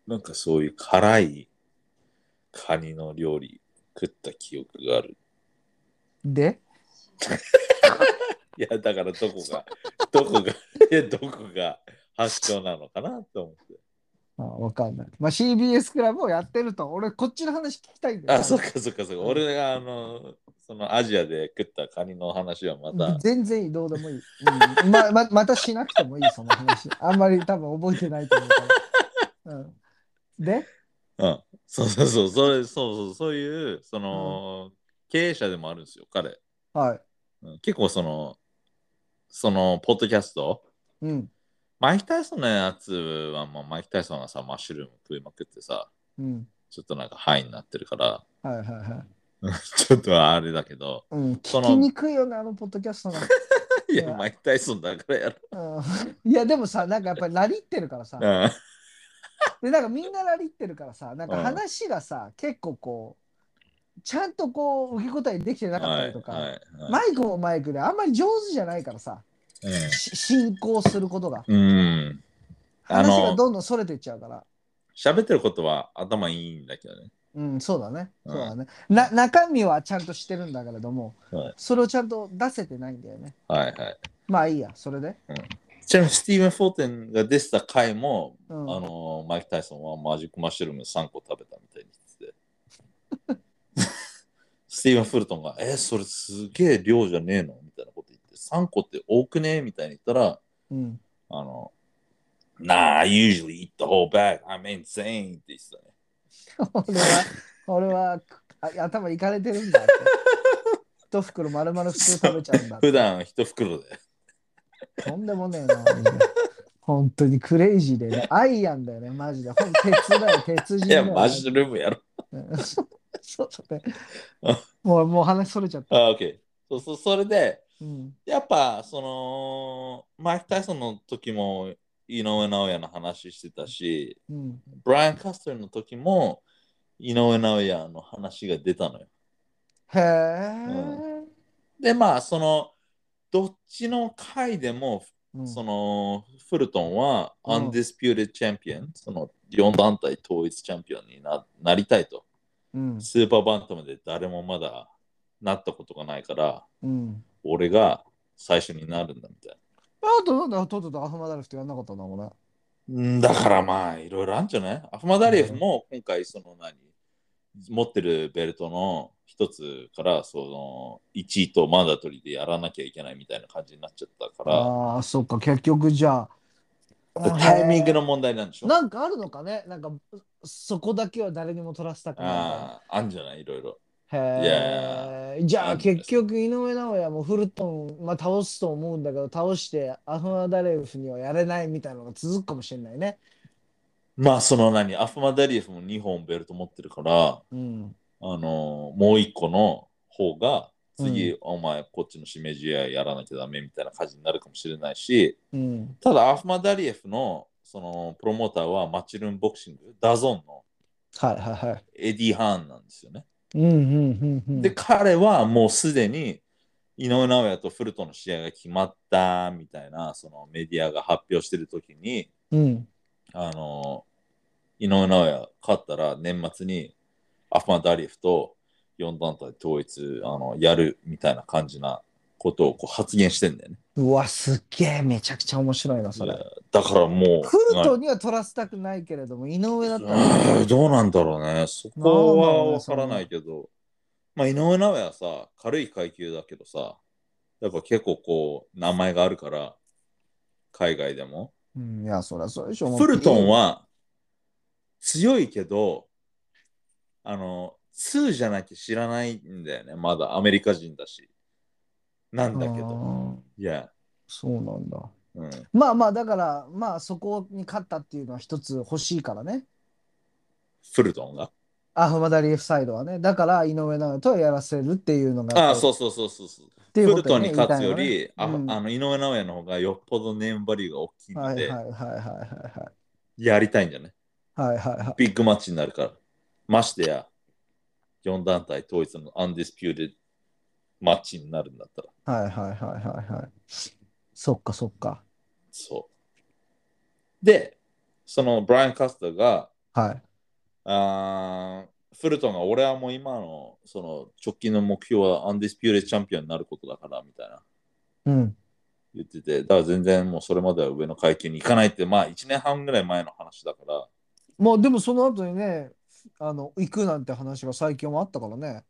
なんかそういう辛いカニの料理食った記憶がある。
で
いや、だからどこ が、どこが、いや、どこが発祥なのかなと思って。
あわかんない。まあ CBS クラブをやってると。俺こっちの話聞きたいんだよ。
あ、そっかそっかそっか。俺があの、そのアジアで食ったカニの話はまた、
全然いい、どうでもいい。うん、まままたしなくてもいい、その話。あんまり多分覚えてないと思うから。うん、で、
うん、そうそうそう、それ、そうそう、そういう、その、経営者でもあるんですよ、彼。
はい。
うん結構その、その、ポッドキャスト、
うん。
マイク・タイソンのやつは、まあ、マイク・タイソンがさ、マッシュルーム食いまくってさ、
うん。
ちょっとなんかハイになってるから、
はいはいはい。
ちょっとあれだけど、
うん、
そ
聞
の
きにくいよね、あのポッドキャスト
いや、
いや
マイク・タイソンだからやろ。
の。うん、いや、でもさ、なんかやっぱりラリってるからさ。
うん
で、なんかみんなラリってるからさ、なんか
うん
話がさ、結構こう、ちゃんとこう、受け答えできてなかったりとか、
はいはいは
マイクもマイクであんまり上手じゃないからさ、
い
し進行することが。
うんうん。あの
話がどんどんそれていっちゃうから。
喋ってることは頭いいんだけどね。
うん、そうだね。
うん
そうだね。な中身はちゃんとしてるんだけれども、
はい
それをちゃんと出せてないんだよね。
はいはい。
まあいいや、それで。
ちなみに、スティーブン・フォーテンが出てた回も、
うん、
あのマイク・タイソンはマジックマッシュルーム3個食べたみたいに言ってて。 スティーブン・フルトンが、え、それすげえ量じゃねえのみたいなこと言って、3個って多くねみたいに言ったら、
うん、
あの、Nah, I usually eat the whole bag. I'm insane って言ってたね。
俺は、俺はあ頭いかれてるん だって。一袋丸々普通食べちゃうんだって
普段一袋で。
とんでもねえな。マジ で本当にクレイジーでね。アイアンだよね、マジで。ほんと鉄だ よ、鉄人
い
だ
や、
よ。
マッシュルームやろ。
うんそうそうだね
あ
もう、もう話それちゃった。
あ、OK。そうそう、それで、
うん。
やっぱそのマイク・タイソンの時も井上尚弥の話してたし
うん。
ブライアン・カスターの時も井上尚弥の話が出たのよ
へえ。
でまあそのどっちの回でも
うん。
そのフルトンは
うん
Undisputed Champion、その4団体統一チャンピオンにななりたいと
うん。
スーパーバンタムで誰もまだなったことがないから
うん。
俺が最初になるんだみたいな
あとなんだ、とうとうとアフマダルフってやんなかったな、これ。
うんだからまあいろいろあるんじゃないアフマダリエフも今回その何持ってるベルトの一つからその1位とマンダトリでやらなきゃいけないみたいな感じになっちゃったか
ああ、そっか、結局じゃ
ら
あ。
タイミングの問題なんでしょ
なんかあるのかねなんか、そこだけは誰にも取らせたくない。
あああんじゃないいろいろ
へえ。じゃ
あ
あ
るんです
結局井上尚弥もフルトン、まあ、倒すと思うんだけど倒してアフマダレフにはやれないみたいなのが続くかもしれないね。
まあその何アフマダリエフも2本ベルト持ってるから
うん。
あのもう1個の方が次、お前こっちの締め試合やらなきゃダメみたいな感じになるかもしれないし、
うん。
ただ、アフマダリエフのそのプロモーターはマチルンボクシング、ダゾンの
はいはいはい。
エディ・ハーンなんですよね。
うんうんうんうん。
で、彼はもうすでに井上尚弥とフルトンの試合が決まったみたいな、そのメディアが発表してるときに、
うん。
あの、井上尚弥勝ったら年末にアフマダリエフと4団体統一あのやるみたいな感じなことをこう発言してんだよね。
うわ、すっげえ、めちゃくちゃ面白いな、それ。
だからもう。
フルトンには取らせたくないけれども、井上だったら。
うーんどうなんだろうね。そこは
なんだろうね
わからないけど、まあ、井上尚弥はさ、軽い階級だけどさ、やっぱ結構こう、名前があるから、海外でも。
うん、いや、そりゃそうでしょ。
フルトン
は。
は強いけど、あの、2じゃなきゃ知らないんだよね。まだアメリカ人だし。なんだけど。
あー
いや、
そうなんだ。
うん。
まあまあ、だから、まあそこに勝ったっていうのは一つ欲しいからね。
フルトンが。
アフマダリエフサイドはね。だから、井上尚弥とはやらせるっていうのが。
ああ、
う。
そうそうそうそうそう。
ってい
フ
う
ル
こと
ト
よ
ン
ね
に勝つより、
みたいな
あ
ねうん
あの井上尚弥の方がよっぽどネームバリューが大きい
は
の
い
で、
はいはいは
やりたいんじゃない
いはいはい。はいはいはい。
ビッグマッチになるから。ましてや、4団体統一のアンディスピューテッドマッチになるんだったら。
はいはいはいはいはい。そっかそっか。
そう。で、そのブライアン・カスターが、
はい。
あーフルトンが俺はもう今のその直近の目標はアンディスピューレチャンピオンになることだからみたいな
うん。
言ってて、だから全然もうそれまでは上の階級に行かないって、まあ1年半ぐらい前の話だから、
まあでもその後にね、あの、行くなんて話が最近もあったからね。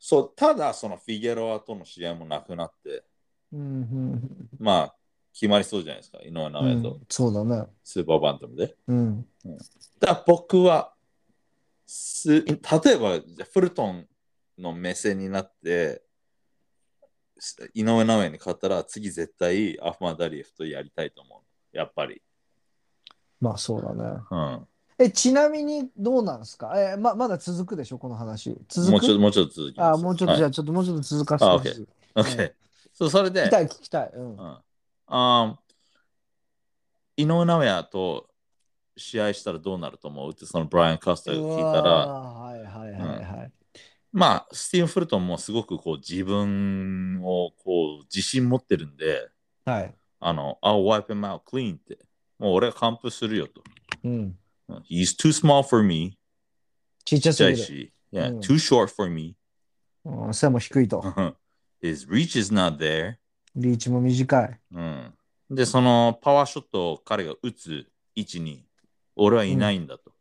そう、ただそのフィゲロアとの試合もなくなって、
うんうん
まあ、決まりそうじゃないですか、井上
う
尚弥
ん。う
と
ん、そうだね。
スーパーバンタムで。
うん。
だから僕は、す例えば、じゃあフルトンの目線になって、す井上尚弥に勝ったら、次絶対アフマダリエフとやりたいと思う。やっぱり。
まあそうだね。
うん。
え、ちなみにどうなんですかえ、ま、まだ続くでしょこの話。続
もう
く
ちょっと、もうちょっと続き
あ
ます
もうちょっと、じゃ
は
あ
い
ちょっともうちょっと続かせてほしい。
オッケーそう、それで
聞き、たい、聞きたい。うん
う。んあー井上尚弥と試合したらどうなると思うってそのブライアン・カスターが聞いたら、
うわーはいはいはいはい。
まあ、スティーブン・フルトンもすごくこう自分をこう自信持ってるんで、
はい。
あの、I'll wipe him out clean って、もう俺は完封するよと。
うん。
うん He's too small for me.
ちっちゃ
ちっち
す
ゃ
ぎ
い
る。
し、yeah,
うん
too short for me.
うん、背も低いと。
His reach is not there.
リーチも短い。
うん、で、そのパワーショットを彼が打つ位置に俺はいないんだと。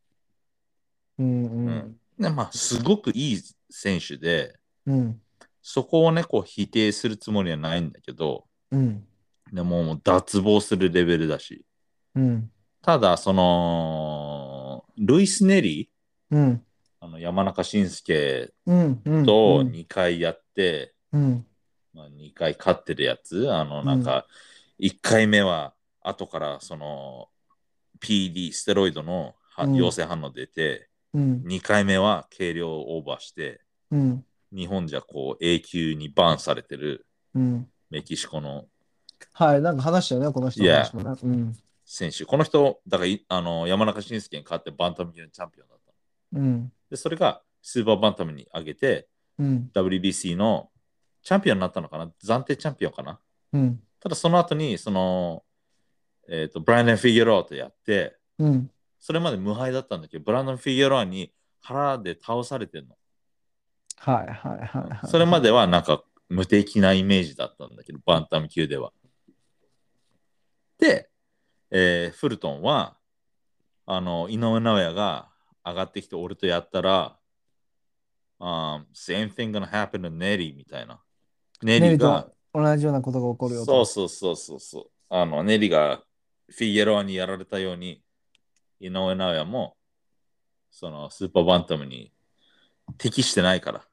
うんう
うんん。でまあ、すごくいい選手で、
うん。
そこをね、こう否定するつもりはないんだけど、
うん。
でももう脱帽するレベルだし、
うん。
ただ、その、ルイス・ネリ
うん。
ー、あの山中伸介
うん。うん。
と
うん
2回やって、
うん。
まあ、2回勝ってるやつ、あの、なんか、1回目は後からその PD、ステロイドのは
うん
陽性反応出て、
うん。
2回目は軽量オーバーして、
うん。
日本じゃこう永久にバンされてる
うん。
メキシコの
はい、なんか話したよね、この人の話もね。うん。
選手。この人、だからいあの山中慎介に勝ってバンタム級のチャンピオンだったの。
うん。
で、それがスーパーバンタムに上げて、
うん。
WBC のチャンピオンになったのかな暫定チャンピオンかな
うん。
ただその後に、その、えっ、と、ブランデン・フィギュロアとやって、
うん。
それまで無敗だったんだけど、ブランデン・フィギュロアに腹で倒されてんの。
はいはいはいはい。
それま
で。
ではなんか無敵なイメージだったんだけど、バンタム級では。で、えーフルトンは、あの、井上尚弥が上がってきて俺とやったら、um, same thing gonna happen to Nelly みたいな。ネ
ネ
リ
リ
が
と、同じようなことが起こるよ
そう
と。
そうそうそうそう。あの、ネリがフィギュアロアにやられたように、井上尚弥も、そのスーパーバンタムに適してないから。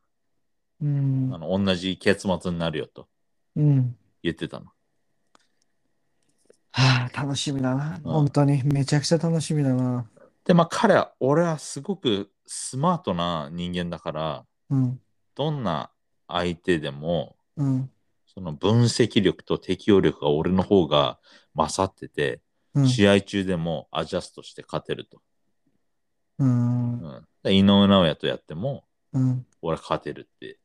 うん
あ。の同じ結末になるよと
うん。
言ってたの。
はあ、楽しみだな。本当に。めちゃくちゃ楽しみだな。
で、まあ彼は、俺はすごくスマートな人間だから、
うん。
どんな相手でも、
うん。
その分析力と適応力が俺の方が勝ってて、
うん。
試合中でもアジャストして勝てると。
うん
う。ん、で井上尚弥とやっても、
うん。
俺は勝てるって、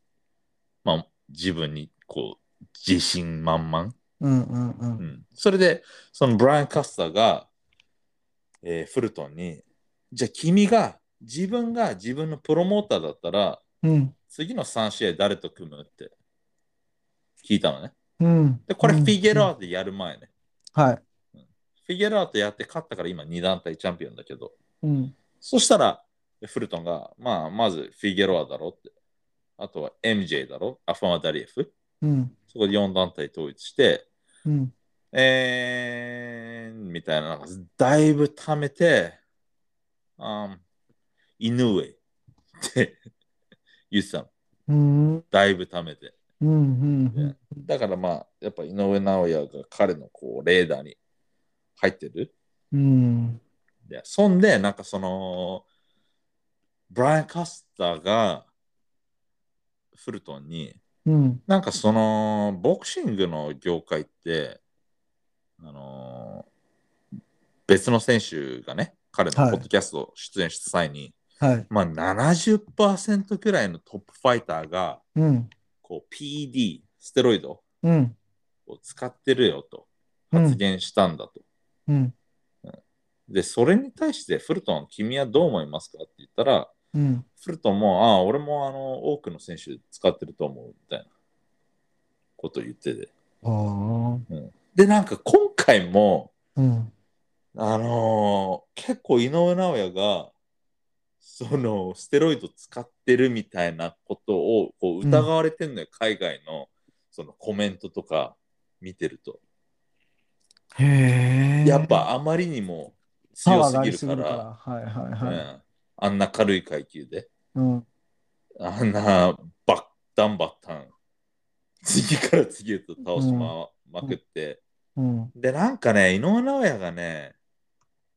まあ自分にこう、自信満々。
うん。うん。う。
うんん、それで、そのブライアン・カスターが、えーフルトンに、じゃあ君が、自分が自分のプロモーターだったら、
うん。
次の3試合誰と組むって聞いたのね。
うん。
で、これフィギュア
うん
アでやる前ね。
はい。
フィギュアアでやって勝ったから今2団体チャンピオンだけど、
うん。
そしたら、フルトンが、まあ、まずフィギュアアだろって、あとは MJ だろ、アファマダリエフ、
うん。
そこで4団体統一して、
うん。
えー、みたいな、なんかだいぶ貯めて、あ井上って言ってたの。
うん。
だいぶ貯めて。
うん。うん。
だからまあ、やっぱ井上尚弥が彼のこうレーダーに入ってる。
うん。
で、そんで、なんかその、ブライアン・カスターがフルトンに、
うん。
なんかそのボクシングの業界って、あのー別の選手がね、彼の
はい
ポッドキャストを出演した際に、
はい。
まあ70%くらいのトップファイターが
うん。
こう PED、ステロイド
うん。
を使ってるよと
うん
発言したんだと。
うん。
で、それに対してフルトン、君はどう思いますかって言ったら、
うん。
フルトンも、ああ、俺もあの多くの選手使ってると思うみたいなことを言ってて。
あ
で、なんか今回も、
あ。うん。
あのー結構井上尚弥が、その、ステロイド使ってるみたいなことをこう疑われてんのよ、海外の、そのコメントとか見てると。
へえ。
やっぱあまりにも
パ
強
ワー
す
があ
ぎ
り
る
す
か、
ぎるからら。はいはいはい。
うんあんな軽い階級で、
うん。
あんなバッタンバッタン、次から次へと倒しま,、まくって、
うん。
で、なんかね、井上尚弥がね、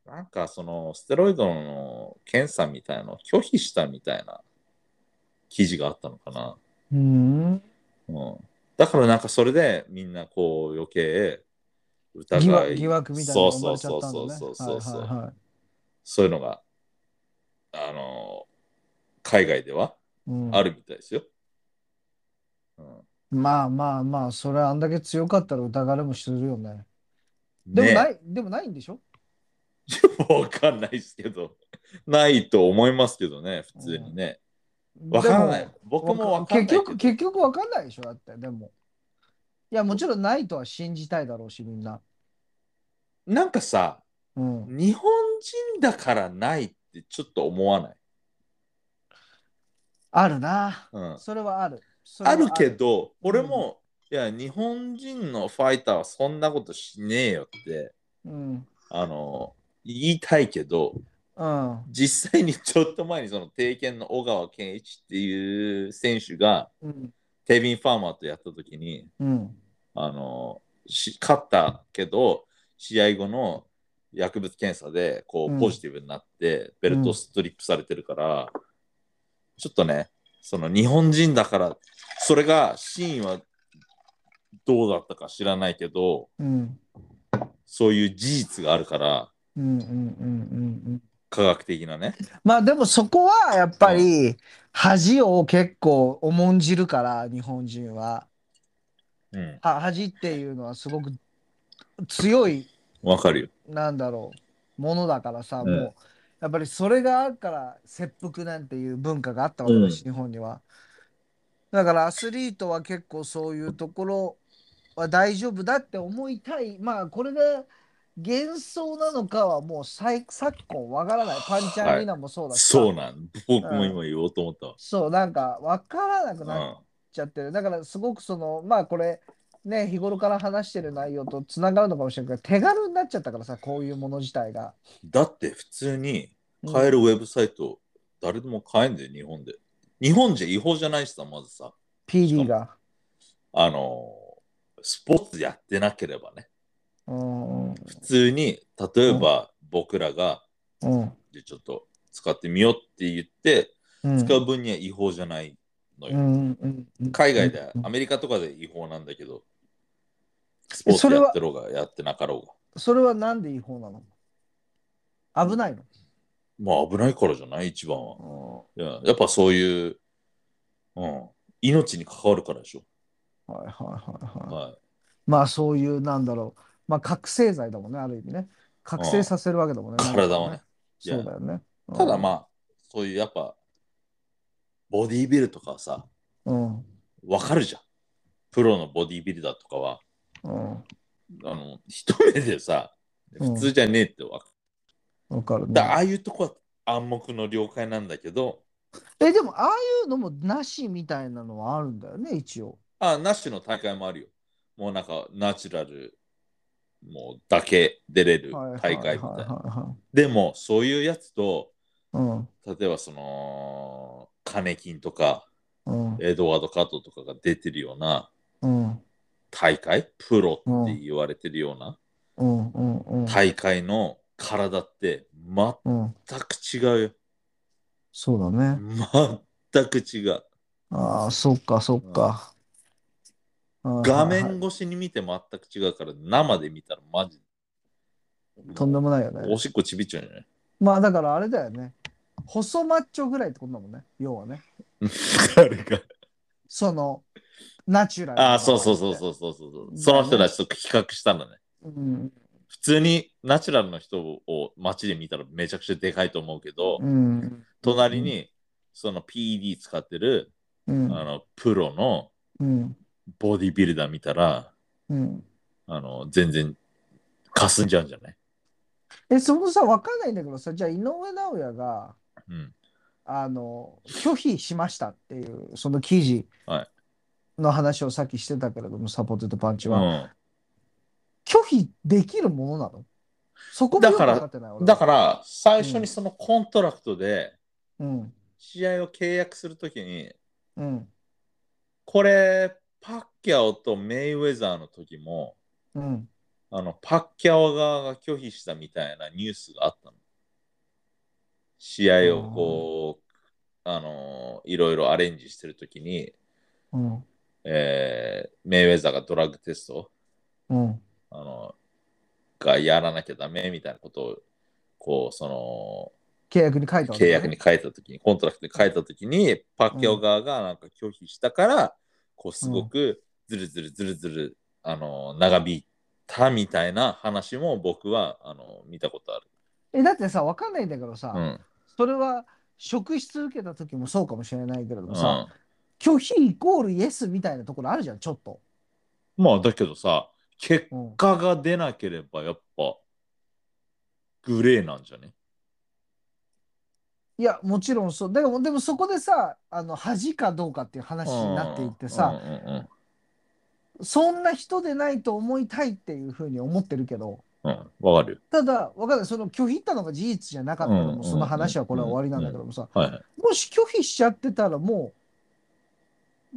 なんかそのステロイドの検査みたいなのを拒否したみたいな記事があったのかな。
うん。
うん、だからなんかそれでみんなこう余計
疑
疑
惑
い
疑惑みたいなの
そ
が生
うそ
ま
う
れちゃ
そ
っ
う
たん
そう
だね。
そうそうそう、
はいはいはい。
そういうのが、あの海外では
うん
あるみたいですよ。うん
まあまあまあ、それはあんだけ強かったら疑われもするよね。でも
ね
ない、でもないんでしょ
わかんないですけど、ないと思いますけどね、普通にね。わからない。僕もわかんない
結
けど。
局、結局わかんないでしょだって、でも。いや、もちろんないとは信じたいだろうし、みんな。
なんかさ、
うん。
日本人だからないってちょっと思わない。
あるな。
うん、
それはある。それは
あるけ。ど、俺も、いや、日本人のファイターはそんなことしねえよって、
うん。
あの、言いたいけど、
うん。
実際にちょっと前にその定見の小川健一っていう選手が、
うん。
テビン・ファーマーとやった時に、
うん。
あのし勝ったけど試合後の薬物検査でこ
うん
うポジティブになって、ベルトストリップされてるから、ちょっとねその日本人だからそれがシーンはどうだったか知らないけど、
うん
そういう事実があるから、
うんうんうんうんうん。
科学的なね。
まあでもそこはやっぱり恥を結構重んじるから日本人は。
うん。
は恥っていうのはすごく強い
わかるよ。
なんだろうものだからさ、
うん
もうやっぱりそれがあるから切腹なんていう文化があったわけだし、日本には。だからアスリートは結構そういうところは大丈夫だって思いたいまあこれが幻想なのかはもうさい昨今わからないパンチャンリーナもそうだしさ、
そうなん。僕も今言おうと思ったわ。
そうなんかわからなくなっちゃってる。だからすごくそのまあこれね日頃から話してる内容とつながるのかもしれないけど手軽になっちゃったからさこういうもの自体が。
うんだって普通に
うん
買えるウェブサイト、誰でも買えんで、日本で。日本じゃ違法じゃないしさ、まずさ。
PD が。
あのースポーツやってなければね。
うんうん
普通に、例えば僕らが、
うん
でちょっと使ってみようって言って、
うん
使う分には違法じゃないの
う
よ。
んうんうん
海外で、アメリカとかで違法なんだけど、スポー
そ
ツ
れは
やってろうが、やってなかろうが。
それはなんで違法なの危ない
まあ危ないからじゃない、一番は。
の
いややっぱそういう、うん、命に関わるからでしょ。
うんはいはいはいはい。
は
まあそういうなんだろう。まあ覚醒剤だもんねある意味ね。覚醒させるわけだもんね。
い、体をね。。いや
そうだよね。
ただ
あ。
まあ、そういうやっぱ、ボディービルとかはさ、
うん
わかるじゃん。プロのボディービルダーとかは、
うん。
あの、一目でさ、
うん
普通じゃねえってわかる。
わかるね
だああいうとこは暗黙の了解なんだけど、
え、でも、ああいうのもなしみたいなのはあるんだよね、一応。
あ、ナッシュの大会もあるよ。もうなんか、ナチュラル、もうだけ出れる
はい
大会み
はい
たいな。
は
でも、そういうやつと、
いはい。
例えばその金金とか
うん、
エドワード・カートとかが出てるような
うん、
大会プロって言われてるような
うん、うん、うん、
大会の体って全
うん、
く違うよ
そうだね。
全く違う
ああ、そっか、そっか。はい
画
はいは
面
い
越しに見て全く違うから生で見たらマジ
とんでもないよね
お。しっこちびっちゃうよね
まあ、だからあれだよね。細マッチョぐらいってことだもんね、要はね。
誰か
その、ナチュラル
ああそうそうそうそうそうそうその人たちと比較したのね
う。うん、
普通にナチュラルの人を街で見たらめちゃくちゃでかいと思うけど、
うん、
隣にその PED 使ってる、
うん、
あのプロの
うん、
ボディビルダー見たら
うん。
あの全然かすんじゃうんじゃない、
え、そのさ、わかんないんだけどさ、じゃあ、井上尚弥が、
うん、
あの拒否しましたっていうその記事
はい
の話をさっきしてたけれども、サポテトパンチ
う
は、
ん
拒否できるものなのそこもよく分かってない俺は
だから最初にそのコントラクトで
うん
試合を契約するときに
うん
これパッキャオとメイウェザーの時も
うん
あのパッキャオ側が拒否したみたいなニュースがあったの。試合をこう、あのいろいろアレンジしてるときに
うん
えーメイウェザーがドラッグテスト
うん
あのがやらなきゃダメみたいなことをこうそ
契約に書い
の
たわ
契
けだ
約
ね
に書いた時にコントラクトに書いた時にパッキャオ側がなんか拒否したから、こうすごくずるずるずるずるあの長引いたみたいな話も僕はあの見たことある。
えだってさ分かんないんだけどさ、
うん
それは職質受けた時もそうかもしれないけれども
うん
さ、拒否イコールイエスみたいなところあるじゃんちょっと、
まあだけどさ結
うん、
果が出なければやっぱグレーなんじゃね
いやもちろんそうでもでもそこでさあの恥かどうかっていう話になっていってさ、
うんうんうん
そんな人でないと思いたいっていうふうに思ってるけど、
うん、わかるよ
ただ、わかんない、その拒否ったのが事実じゃなかったら、
うん
もうその話はこれは終わりなんだけどもさ、
はいはい。
もし拒否しちゃってたら、も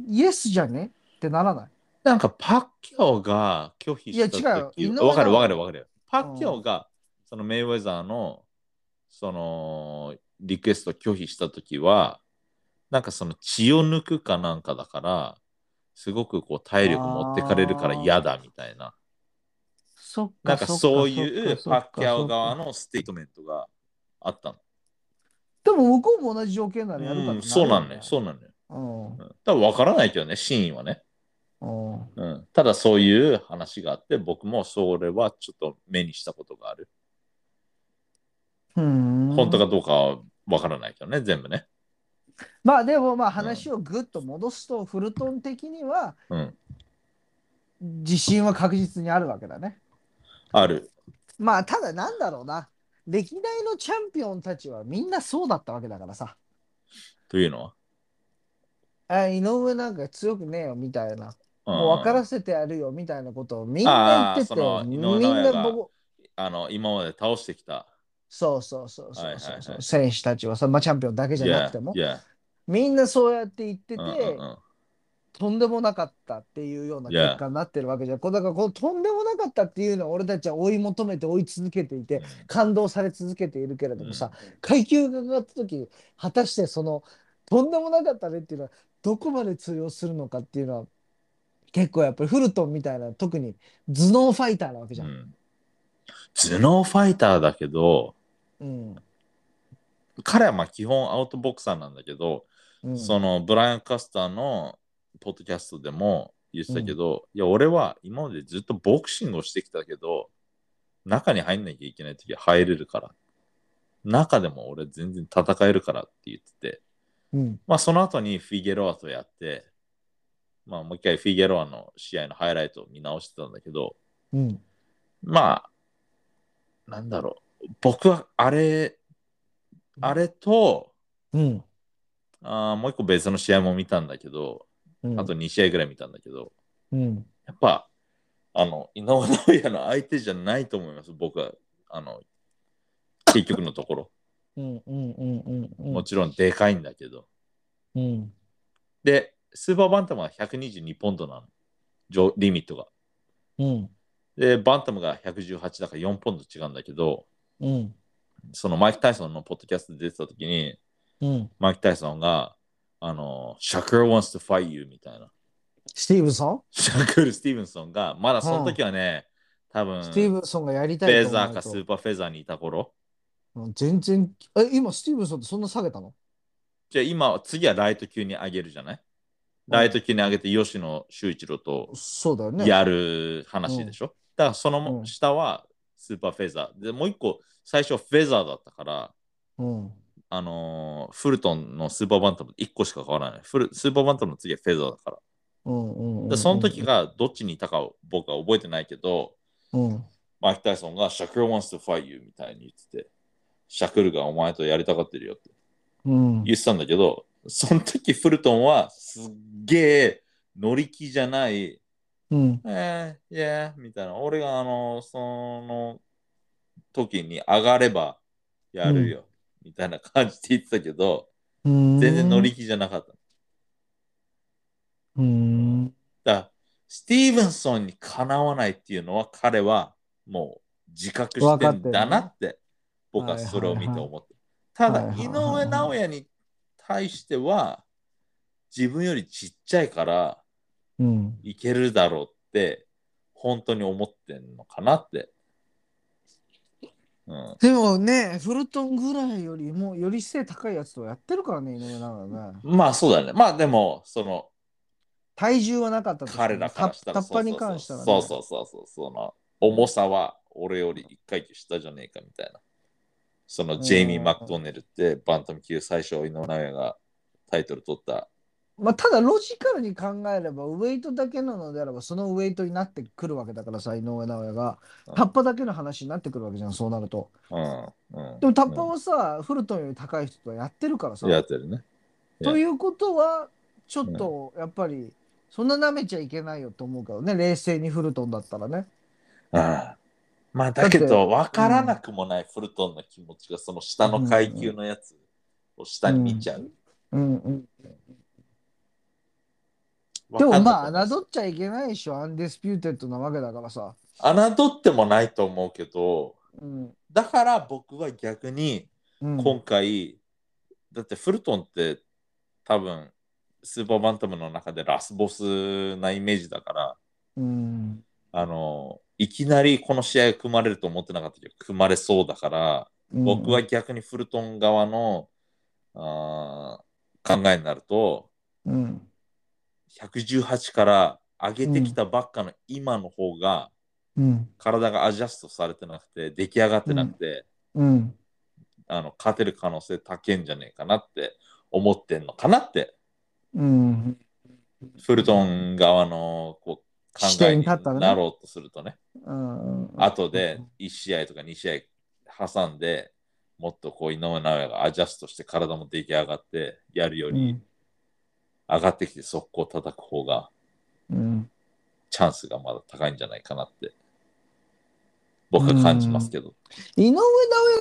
う、イエスじゃねってならない。
なんかパッキャオが拒否した時
いや違うよ井上尚弥
わかるわかるわかるよ。パッキャオがそのメイウェザーのそのリクエスト拒否した時はなんかその血を抜くかなんかだからすごくこう体力持ってかれるから嫌だみたいな、
そっ
な
か
んか
そっか
そうい
そっ
う
かそっ
パ
か
ッキャオ側のステートメントがあったの。
でも向こうも同じ条件ならやるから
うん、そうなんね、
う
そうなんね。
うん
うん、多分分からないけどね、真意はね。
うん
うん、ただそういう話があって、僕もそれはちょっと目にしたことがある。
うん
本当かどうかは分からないけどね、全部ね。
まあでもまあ話をぐっと戻すと、フルトン的には
うん、
自信は確実にあるわけだね。
ある。
まあただなんだろうな歴代のチャンピオンたちはみんなそうだったわけだからさ
というのは。
あ井上なんか強くねえよみたいな
うん
もう分からせてやるよみたいなことをみんな言ってて
あーその
み
井上尚
ん
弥
な
が
僕
あの今まで倒してきた。
そうそうそうそうそう、
はいはいはい
選手たちはさ、まあ、チャンピオンだけじゃなくても
いや、
みんなそうやって言って
い
て、
やうんうんうん
とんでもなかったっていうような
Yeah.
結果になってるわけじゃん。こうだからこのとんでもなかったっていうのを俺たちは追い求めて追い続けていて感動され続けているけれどもさ、階級が上がった時果たしてそのとんでもなかったねっていうのはどこまで通用するのかっていうのは結構やっぱりフルトンみたいな特に頭脳ファイターなわけじゃ。
うんん頭脳ファイターだけど、
うん
彼はまあ基本アウトボクサーなんだけど、
うん
そのブライアン・カスターのポッドキャストでも言ってたけど、いや俺は今までずっとボクシングをしてきたけど中に入んなきゃいけない時は入れるから中でも俺全然戦えるからって言ってて
うん
まあその後にフィゲロアとやってまあもう一回フィゲロアの試合のハイライトを見直してたんだけど
うん
まあなんだろう僕はあれあれと
うん
あーもう一個別の試合も見たんだけど
うん
あと2試合ぐらい見たんだけど、
うん
やっぱ、あの、井上尚弥の相手じゃないと思います、僕は。あの、結局のところ。
うんうんうんうんうん
もちろんでかいんだけど。
うん
で、スーパーバンタムは122ポンドなの。上リミットが。
うん
で、バンタムが118だから4ポンド違うんだけど、
うん
そのマイク・タイソンのポッドキャストで出てた時に、
うん
マイク・タイソンが、あの、シャクル wants to fight you みたいな。
スティーブソン
シャクル・スティーブンソンが、まだその時はね、多分、
スティーブソンがやり
フ
たい
ェ
と思
ザ
わ
ー
ない
か
と
スーパーフェザーにいた頃
うん全然、え、今、スティーブソンってそんな下げたの
じゃあ今は、次はライト級に上げるじゃないライト級に上げて吉野修一郎と
そうだよね。
やる話でしょ、だからその
うん
下はスーパーフェザー。で、もう一個、最初はフェザーだったから、
うん。
あのーフルトンのスーパーバンタム1個しか変わらない。フルスーパーバンタムの次はフェザーだから。
うんうんうん。
で、その時がどっちにいたかを僕は覚えてないけど、
うん。
マイク・タイソンがシャクル wants to fight you みたいに言ってて、シャクルがお前とやりたがってるよって。
うん。
言ってたんだけど、その時フルトンはすっげえ乗り気じゃない、
うん。
えー、いや、みたいな。俺があの、その時に上がればやるよ、みたいな感じで言ってたけど、
うん。
全然乗り気じゃなかった。
うん。
だから、スティーブンソンにかなわないっていうのは彼はもう自覚し
わ
て
かって
ん
るね
だなって、僕はそれを見て思って。た
いはい
だ
は、い
井上尚弥に対しては、自分よりちっちゃいから、
うん。
いけるだろうって、本当に思ってんのかなって。うん、
でもね、フルトンぐらいよりも、より背高いやつとやってるからね、井上尚弥ね。
まあそうだね。まあでも、その、
体重はなかったとしても
彼らからしたら、
タッパに関してはね。
そうそうそうそうそう、その、重さは俺より一回級下じゃねえかみたいな。その、ジェイミー・マクドネルって、バンタム級最初、井上尚弥がタイトル取った。
まあ、ただロジカルに考えれば、ウェイトだけなのであれば、そのウェイトになってくるわけだからさ、井上尚弥が
うん。
タッパだけの話になってくるわけじゃん、そうなると。
うん。うん
でもタッパはさ、フルトンより高い人とやってるからさ。
やってるね。
ということは、ちょっとやっぱり、そんな舐めちゃいけないよと思うけどね、冷静にフルトンだったらね。
ああまあだけど分
て
からなくもないフルトンの気持ちがその下の階級のやつを下に見ちゃう。
うんうん、
わ
で
かんな
も
く
ま
な
あ、
い
侮っちゃいけないでしょ、アンディスピューテッドなわけだからさ。
侮ってもないと思うけど、
うん
だから僕は逆に
うん
今回、だってフルトンって多分スーパーバンタムの中でラスボスなイメージだから、
うん。
あの、いきなりこの試合組まれると思ってなかったけど、組まれそうだから、僕は逆にフルトン側の、あー考えになると、
うん。
118から上げてきたばっかの今の方が、
うん。
体がアジャストされてなくて、出来上がってなくて、
うん。
あの勝てる可能性高いんじゃねえかなって思ってんのかなって、
うん。
フルトン側のこう考
視
え
点に
に
立ったらね
なろうとするとね、
うん。
後で1試合とか2試合挟んで、もっとこう井上尚弥がアジャストして体も出来上がってやるよ
う
り、
ん。
上がってきて速攻叩く方が
うん。
チャンスがまだ高いんじゃないかなって、僕は感じますけど、
井上尚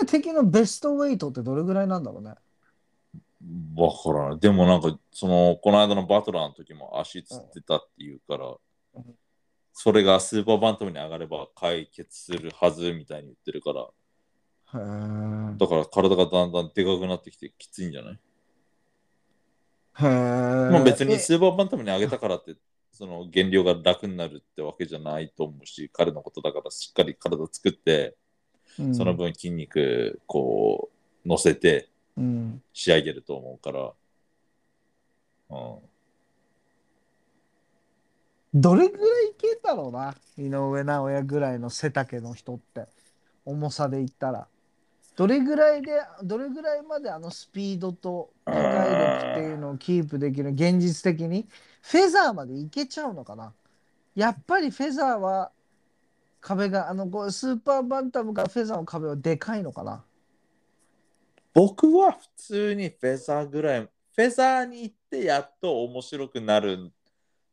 弥的なベストウェイトってどれぐらいなんだろうね。
わからない。でもなんか、その、この間のバトラーの時も足つってたっていうから、
ん
それがスーパーバンタムに上がれば解決するはずみたいに言ってるから、
へー
だから体がだんだんでかくなってきてきついんじゃない、
へー
まあ別に
え
スーパーバンタムに上げたからって、その減量が楽になるってわけじゃないと思うし、彼のことだからしっかり体作って、
うん
その分筋肉、こう、乗せて、
うん。
仕上げると思うから、うん、
どれぐらいいけんだろうな。井上尚弥ぐらいの背丈の人って。重さで言ったら。どれぐらいで、どれぐらいまであのスピードと破壊力っていうのをキープできる、現実的に。フェザーまでいけちゃうのかな。やっぱりフェザーは壁が、あの、こうスーパーバンタムがフェザーの壁はでかいのかな。
僕は普通にフェザーぐらいフェザーに行ってやっと面白くなるん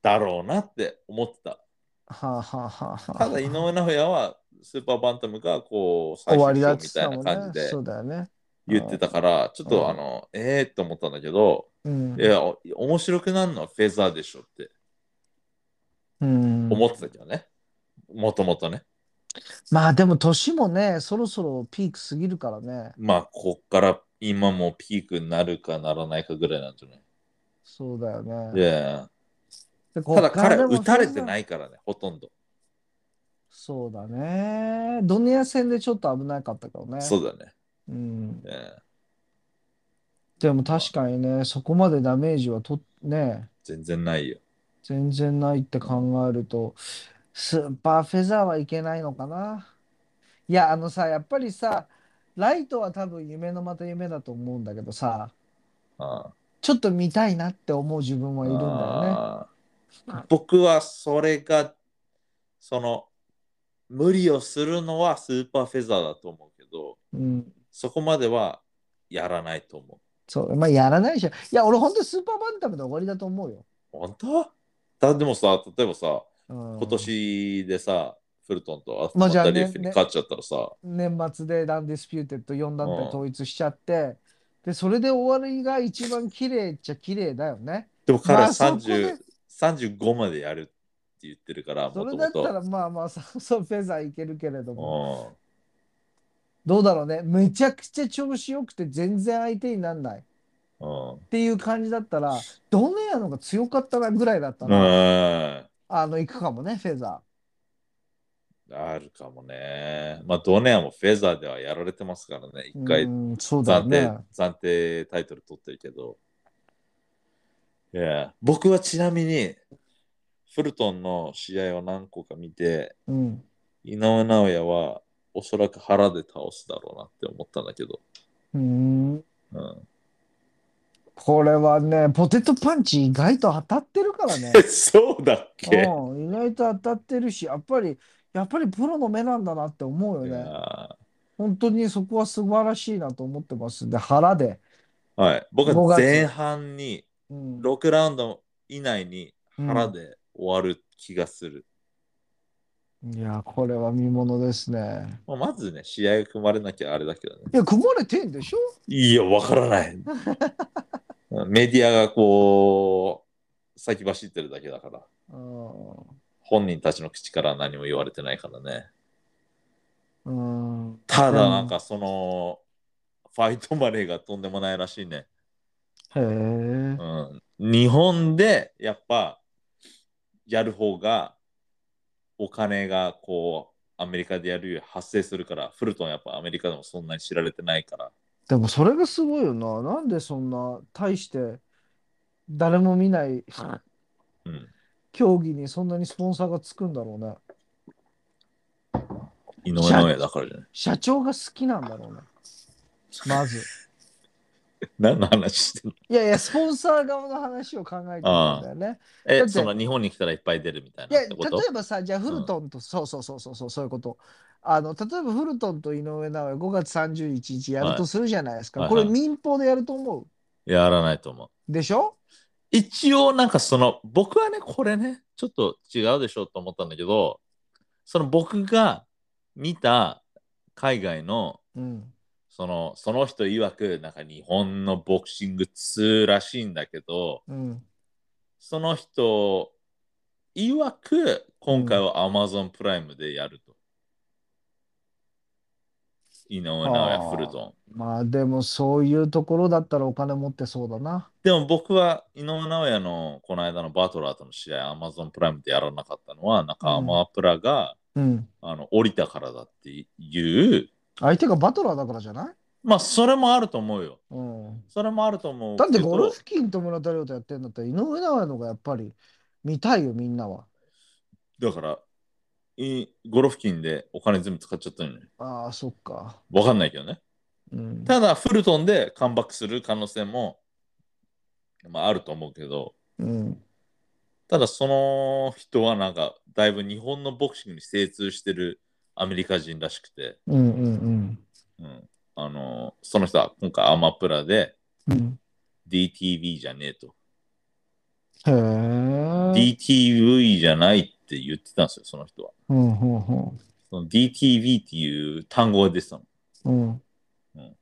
だろうなって思ってた
はあ、はあはあはあ、
ただ井上尚弥はスーパーバンタムがこう最
終わり
終
だ
章
っ
み
つったた
い
も
なん
ね
感じで
そうだよね。
言ってたからちょっとあ
うん
のええー、と思ったんだけど
うん
い。やお面白くなるのはフェザーでしょって
うん、
思ってたけどねもともとね
まあでも年もね、そろそろピーク過ぎるからね。
まあこっから今もピークになるかならないかぐらいなんじゃない
そうだよね。
で
で
ただ
こ
彼、
っからでも。
打たれてないいからね、ほとんど。
そうだね。ドネア戦でちょっと危なかったけどね。
そうだね。
うん、
ええ
でも確かにね、そこまでダメージはとね、
全然ないよ。
全然ないって考えると、スーパーフェザーはいけないのかな。いや、あのさ、やっぱりさ、ライトは多分夢のまた夢だと思うんだけどさ、
あ
ちょっと見たいなって思う自分
あ
はいるんだよね。
ああ僕はそれが、その、無理をするのはスーパーフェザーだと思うけど、
うん
そこまではやらないと思う。
そう、まあやらないでしょ。いや、俺本当にスーパーバンタムで終わりだと思うよ。
本当だでもさ、例えばさ、
うん
今年でさ、フルトンとア
まあじゃあ
タ
ね
リエフに勝っちゃったらさ、
年末でダンディスピューテッド4団体統一しちゃって、で、それで終わりが一番綺麗っちゃ綺麗だよね。
でも彼は
まあそこ
30、35までやるって言ってるから、
そ
も
れ
と
だ
も
った
と。
らまあまあ、そう そうフェザーいけるけれども、
うん
どうだろうね。めちゃくちゃ調子よくて全然相手にならないっ
うん
ていう感じだったら、ドネアの方が強かったなぐらいだったら、
うん
あの、行くかもね、フェザ
あるかもね。まあ、ドネアもフェザーではやられてますからね。
ー。
一回
うん、そうだよ
暫定、
ね。
暫定タイトル取ってるけど。いや、僕はちなみに、フルトンの試合を何個か見て、
うん。
井上尚弥はおそらく腹で倒すだろうなって思ったんだけど。
うん。
うん、
これはね、ポテトパンチ意外と当たってるから ね。
そうだっけ
うん、意外と当たってるし、やっぱり、やっぱりプロの目なんだなって思う
い
よね。
や
本当にそこは素晴らしいなと思ってますんで、腹で。
はい、僕
五
は
月
前半に
うん、
6ラウンド以内に腹で終わる気がする。
いや、これは見ものですね。
まあ、まずね、試合が組まれなきゃあれだけどね。
いや、組まれてんでしょ
いや、わか らない。メディアがこう、先走ってるだけだから、本人たちの口からは何も言われてないからね。
うん。うん。
ただ、なんかその、ファイトマネーがとんでもないらしいね。
へえ。
うん。日本でやっぱやる方がお金がこうアメリカでやるより発生するからフルトンやっぱアメリカでもそんなに知られてないから
でもそれがすごいよな。なんでそんな大して誰も見ない
うん
競技にそんなにスポンサーがつくんだろうね。
井上尚弥だからじゃない
社長が好きなんだろうね。まず。
何の話してんの
いやいや、スポンサー側の話を考えてるんだよね。だっ
え
て
その日本に来たらいっぱい出るみたい
いや、
なっ
例
てこと
えばさ、じゃあフルトンと、そうそうそうそうそう、そういうこと。あの、例えばフルトンと井上尚弥5月31日やるとするじゃないですか。
はい
これ
はい
民放でやると思う。
やらないと思う
でしょ
一応なんかその僕はねこれねちょっと違うでしょうと思ったんだけどその僕が見た海外の
うん。
そのその人曰くなんか日本のボクシング2らしいんだけど
うん。
その人曰く今回は Amazon プライムでやると、井上尚弥フルトン
まあでもそういうところだったらお金持ってそうだな。
でも僕は井上尚弥のこの間のバトラーとの試合 Amazon プライムでやらなかったのはなんかアマプラが、
うん。
あの降りたからだっていう、
相手がバトラーだからじゃない
まあそれもあると思うよ。
うん。
それもあると思うけ
だ
ど。
ってゴルフキンと村田亮太やってんだったら井上尚弥の方がやっぱり見たいよ、みんなは。
だから、いゴルフ金でお金全部使っちゃったよね。
ああ、そっか。
わかんないけどね。
うん。
ただ、フルトンでカムバックする可能性も、まあ、あると思うけど、
うん。
ただその人はなんか、だいぶ日本のボクシングに精通してるアメリカ人らしくて、
うんうん
うん、あのその人は今回アマプラで
うん。うん、
DTV じゃねえと。
へえ。
DTV じゃないって言ってたんですよ、その人は。
うんうんうん
その DTV っていう単語が出てたの。
うん。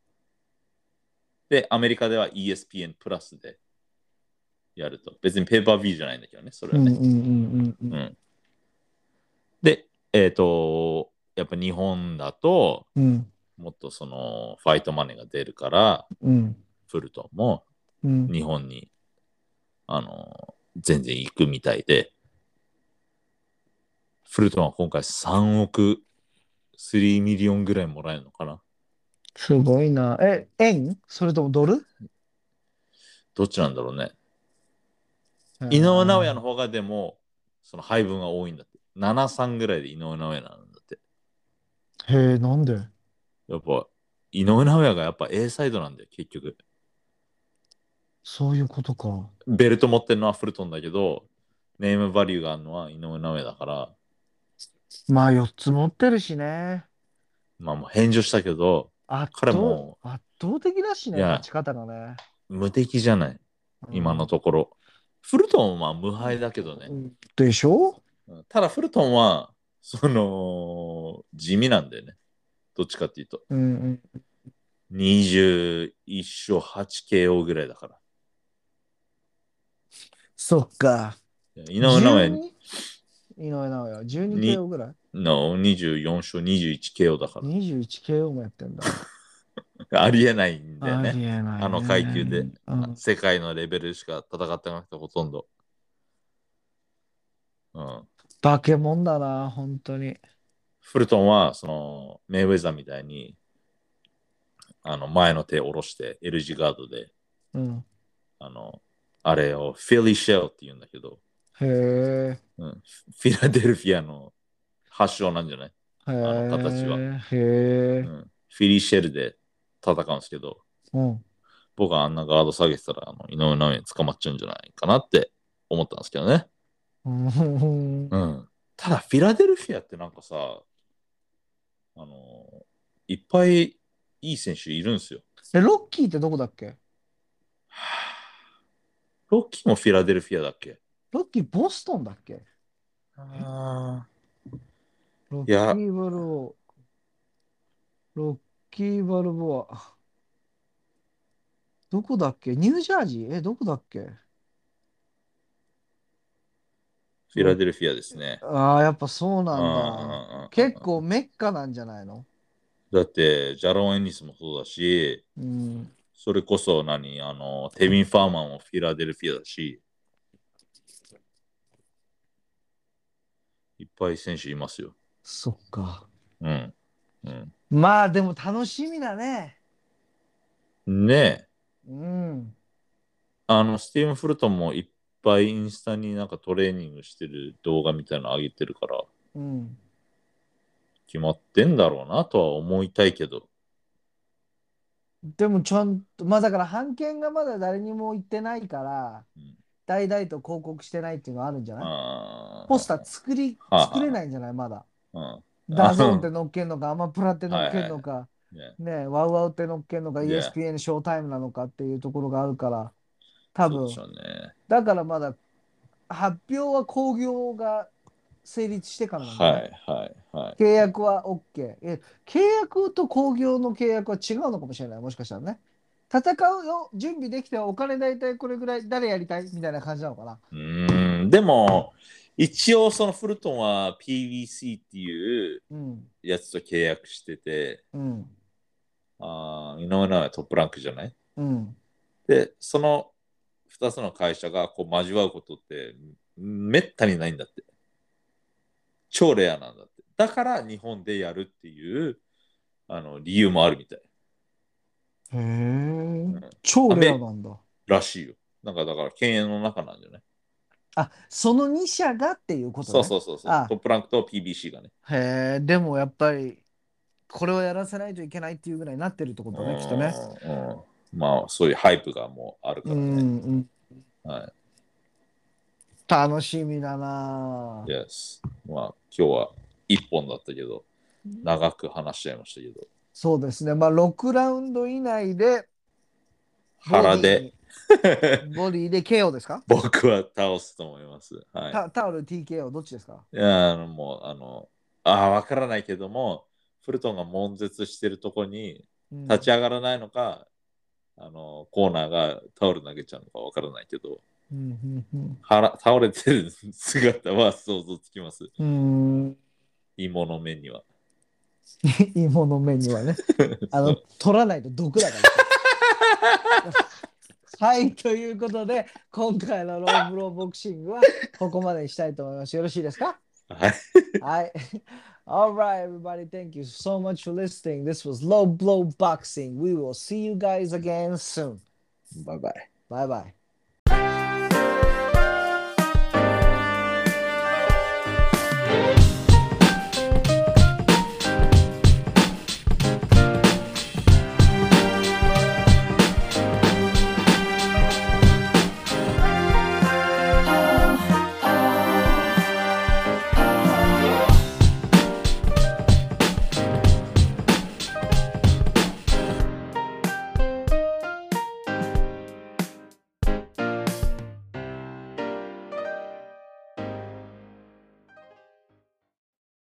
で、アメリカでは ESPN プラスでやると。別にペーパービューじゃないんだけどね、それ
うん
は
う
ね。
んうんうん
うんで、えっ、と、やっぱ日本だと、
うん
もっとそのファイトマネーが出るから、
うん
フルトンも
うん。
日本に、あの、全然行くみたいで、フルトンは今回3億、3ミリオンぐらいもらえるのかな
すごいな。え、円それともドル
どっちなんだろうね。井上尚弥の。方がでも、その配分が多いんだって。7、3ぐらいで井上尚弥なんだって。
へえ、なんで
やっぱ、井上尚弥がやっぱ A サイドなんだよ、結局。
そういうことか。
ベルト持ってるのはフルトンだけど、ネームバリューがあるのは井上尚弥だから、
まあ、4つ持ってるしね。
まあもう返上したけど、
圧
彼
倒
も
圧倒的だしね、
いや
勝ち方がね。
無敵じゃない、
うん
今のところ。フルトンは無敗だけどね。
でしょ
うんただフルトンは、その、地味なんだよね。どっちかっていうと。
うん
21勝 8KO ぐらいだから。
そっか。
いや井上尚弥
12? 井上尚弥、12KO ぐらい
の24勝 21KO だか
?21KO もやってんだ。
ら。ありえないんだ
あ
よ
り
ね。
えないね
あの階級で
うん
世界のレベルしか戦ってなくて、ほとんど。うん。
化け物だな、本当に。
フルトンは、その、メイウェザーみたいに、あの、前の手を下ろして、L 字ガードで、
うん。
あの、あれをフィリーシェルって言うんだけど、
へえ。
うん、フィラデルフィアの発祥なんじゃない、
あ
の形はう
へえ。
ん、フィリーシェルで戦うんですけど、
うん。
僕はあんなガード下げてたら、あの井上尚弥に捕まっちゃうんじゃないかなって思ったんですけどね。
うん
うん。ただ、フィラデルフィアってなんかさ、あのいっぱいいい選手いるんですよ。
え、ロッキーってどこだっけ
ロッキーもフィラデルフィアだっけ
ロッキーボストンだっけ
あ
ロッキ
いや
ーバルボア。ロッキーバルボア。どこだっけニュージャージーえ、どこだっけ
フィラデルフィアですね。
ああ、やっぱそう
う
なんだ。
んうんうん
結構メッカなんじゃないの
だって、ジャロン・エニスもそうだし、
うん。
それこそ何、あの、テビン・ファーマンもフィラデルフィアだし、いっぱい選手いますよ。
そっか。
うん。うん、
まあでも楽しみだね。
ねえ、
うん。
あの、スティーブン・フルトンもいっぱいインスタになんかトレーニングしてる動画みたいなの上げてるから、
うん。
決まってんだろうなとは思いたいけど、
でもちゃんと、まあだから判権がまだ誰にも言ってないから
うん、
大々と広告してないっていうのはあるんじゃない
あ
ポスター作り、
はい
作れないんじゃないまだ。
ー、
ダゾーンって乗っけんのか、アマプラって乗っけんのか、
うん、ね、
ね、ワウワウって乗っけんのか、
Yeah.
ESPN ショータイムなのかっていうところがあるから、多
そう
分
でしょうね。
だからまだ発表は興行が成立してからなんだね
はいはいはい。
契約は OK。え、契約と興行の契約は違うのかもしれない。もしかしたらね。戦うよ、準備できてお金大体これぐらい、誰やりたいみたいな感じなのかな。
うーん、でも、一応そのフルトンは PVC っていう
うん。
やつと契約してて、
うん。
あー井上尚弥はトップランクじゃない
うん。
で、その2つの会社がこう交わることってめったにないんだって。超レアなんだって。だから日本でやるっていうあの理由もあるみたい
へ
ん
え。超レアなんだ。
らしいよ。なんかだから経営の中なんじゃない
あ、その2社がっていうこと
そう
ね。
そうそうそう
あ
トップランクと PBC がね。
へえ、でもやっぱり、これをやらせないといけないっていうぐらいになってるってことね、きっとね。
うんうんまあそういうハイプがもうあるか
う
らね。
ん、うん。
はい
楽しみだなぁ
Yes. まあ今日は1本だったけど、長く話しちゃいましたけど、
そうですね。まあ、6ラウンド以内で、
腹で
ボディで KO ですか
僕は倒すと思います。はい。
タタオル TKO どっちですか
いや、あのもう、あの、ああ、わからないけども、フルトンが悶絶してるとこに
うん
立ち上がらないのか、あの、コーナーがタオル投げちゃうのかわからないけど、
うんうん
腹倒れてる姿は想像つきます。
うんう
芋の目には。
ーん芋の目に はねあの取らないと毒だ から。はいということで今回のローブローボクシングはここまでにしたいと思います。よろしいですか
はい。
はい。All right, everybody. Thank you so much for listening. This was Low Blow Boxing. We will see you guys again soon.
バイバイ。
Bye bye.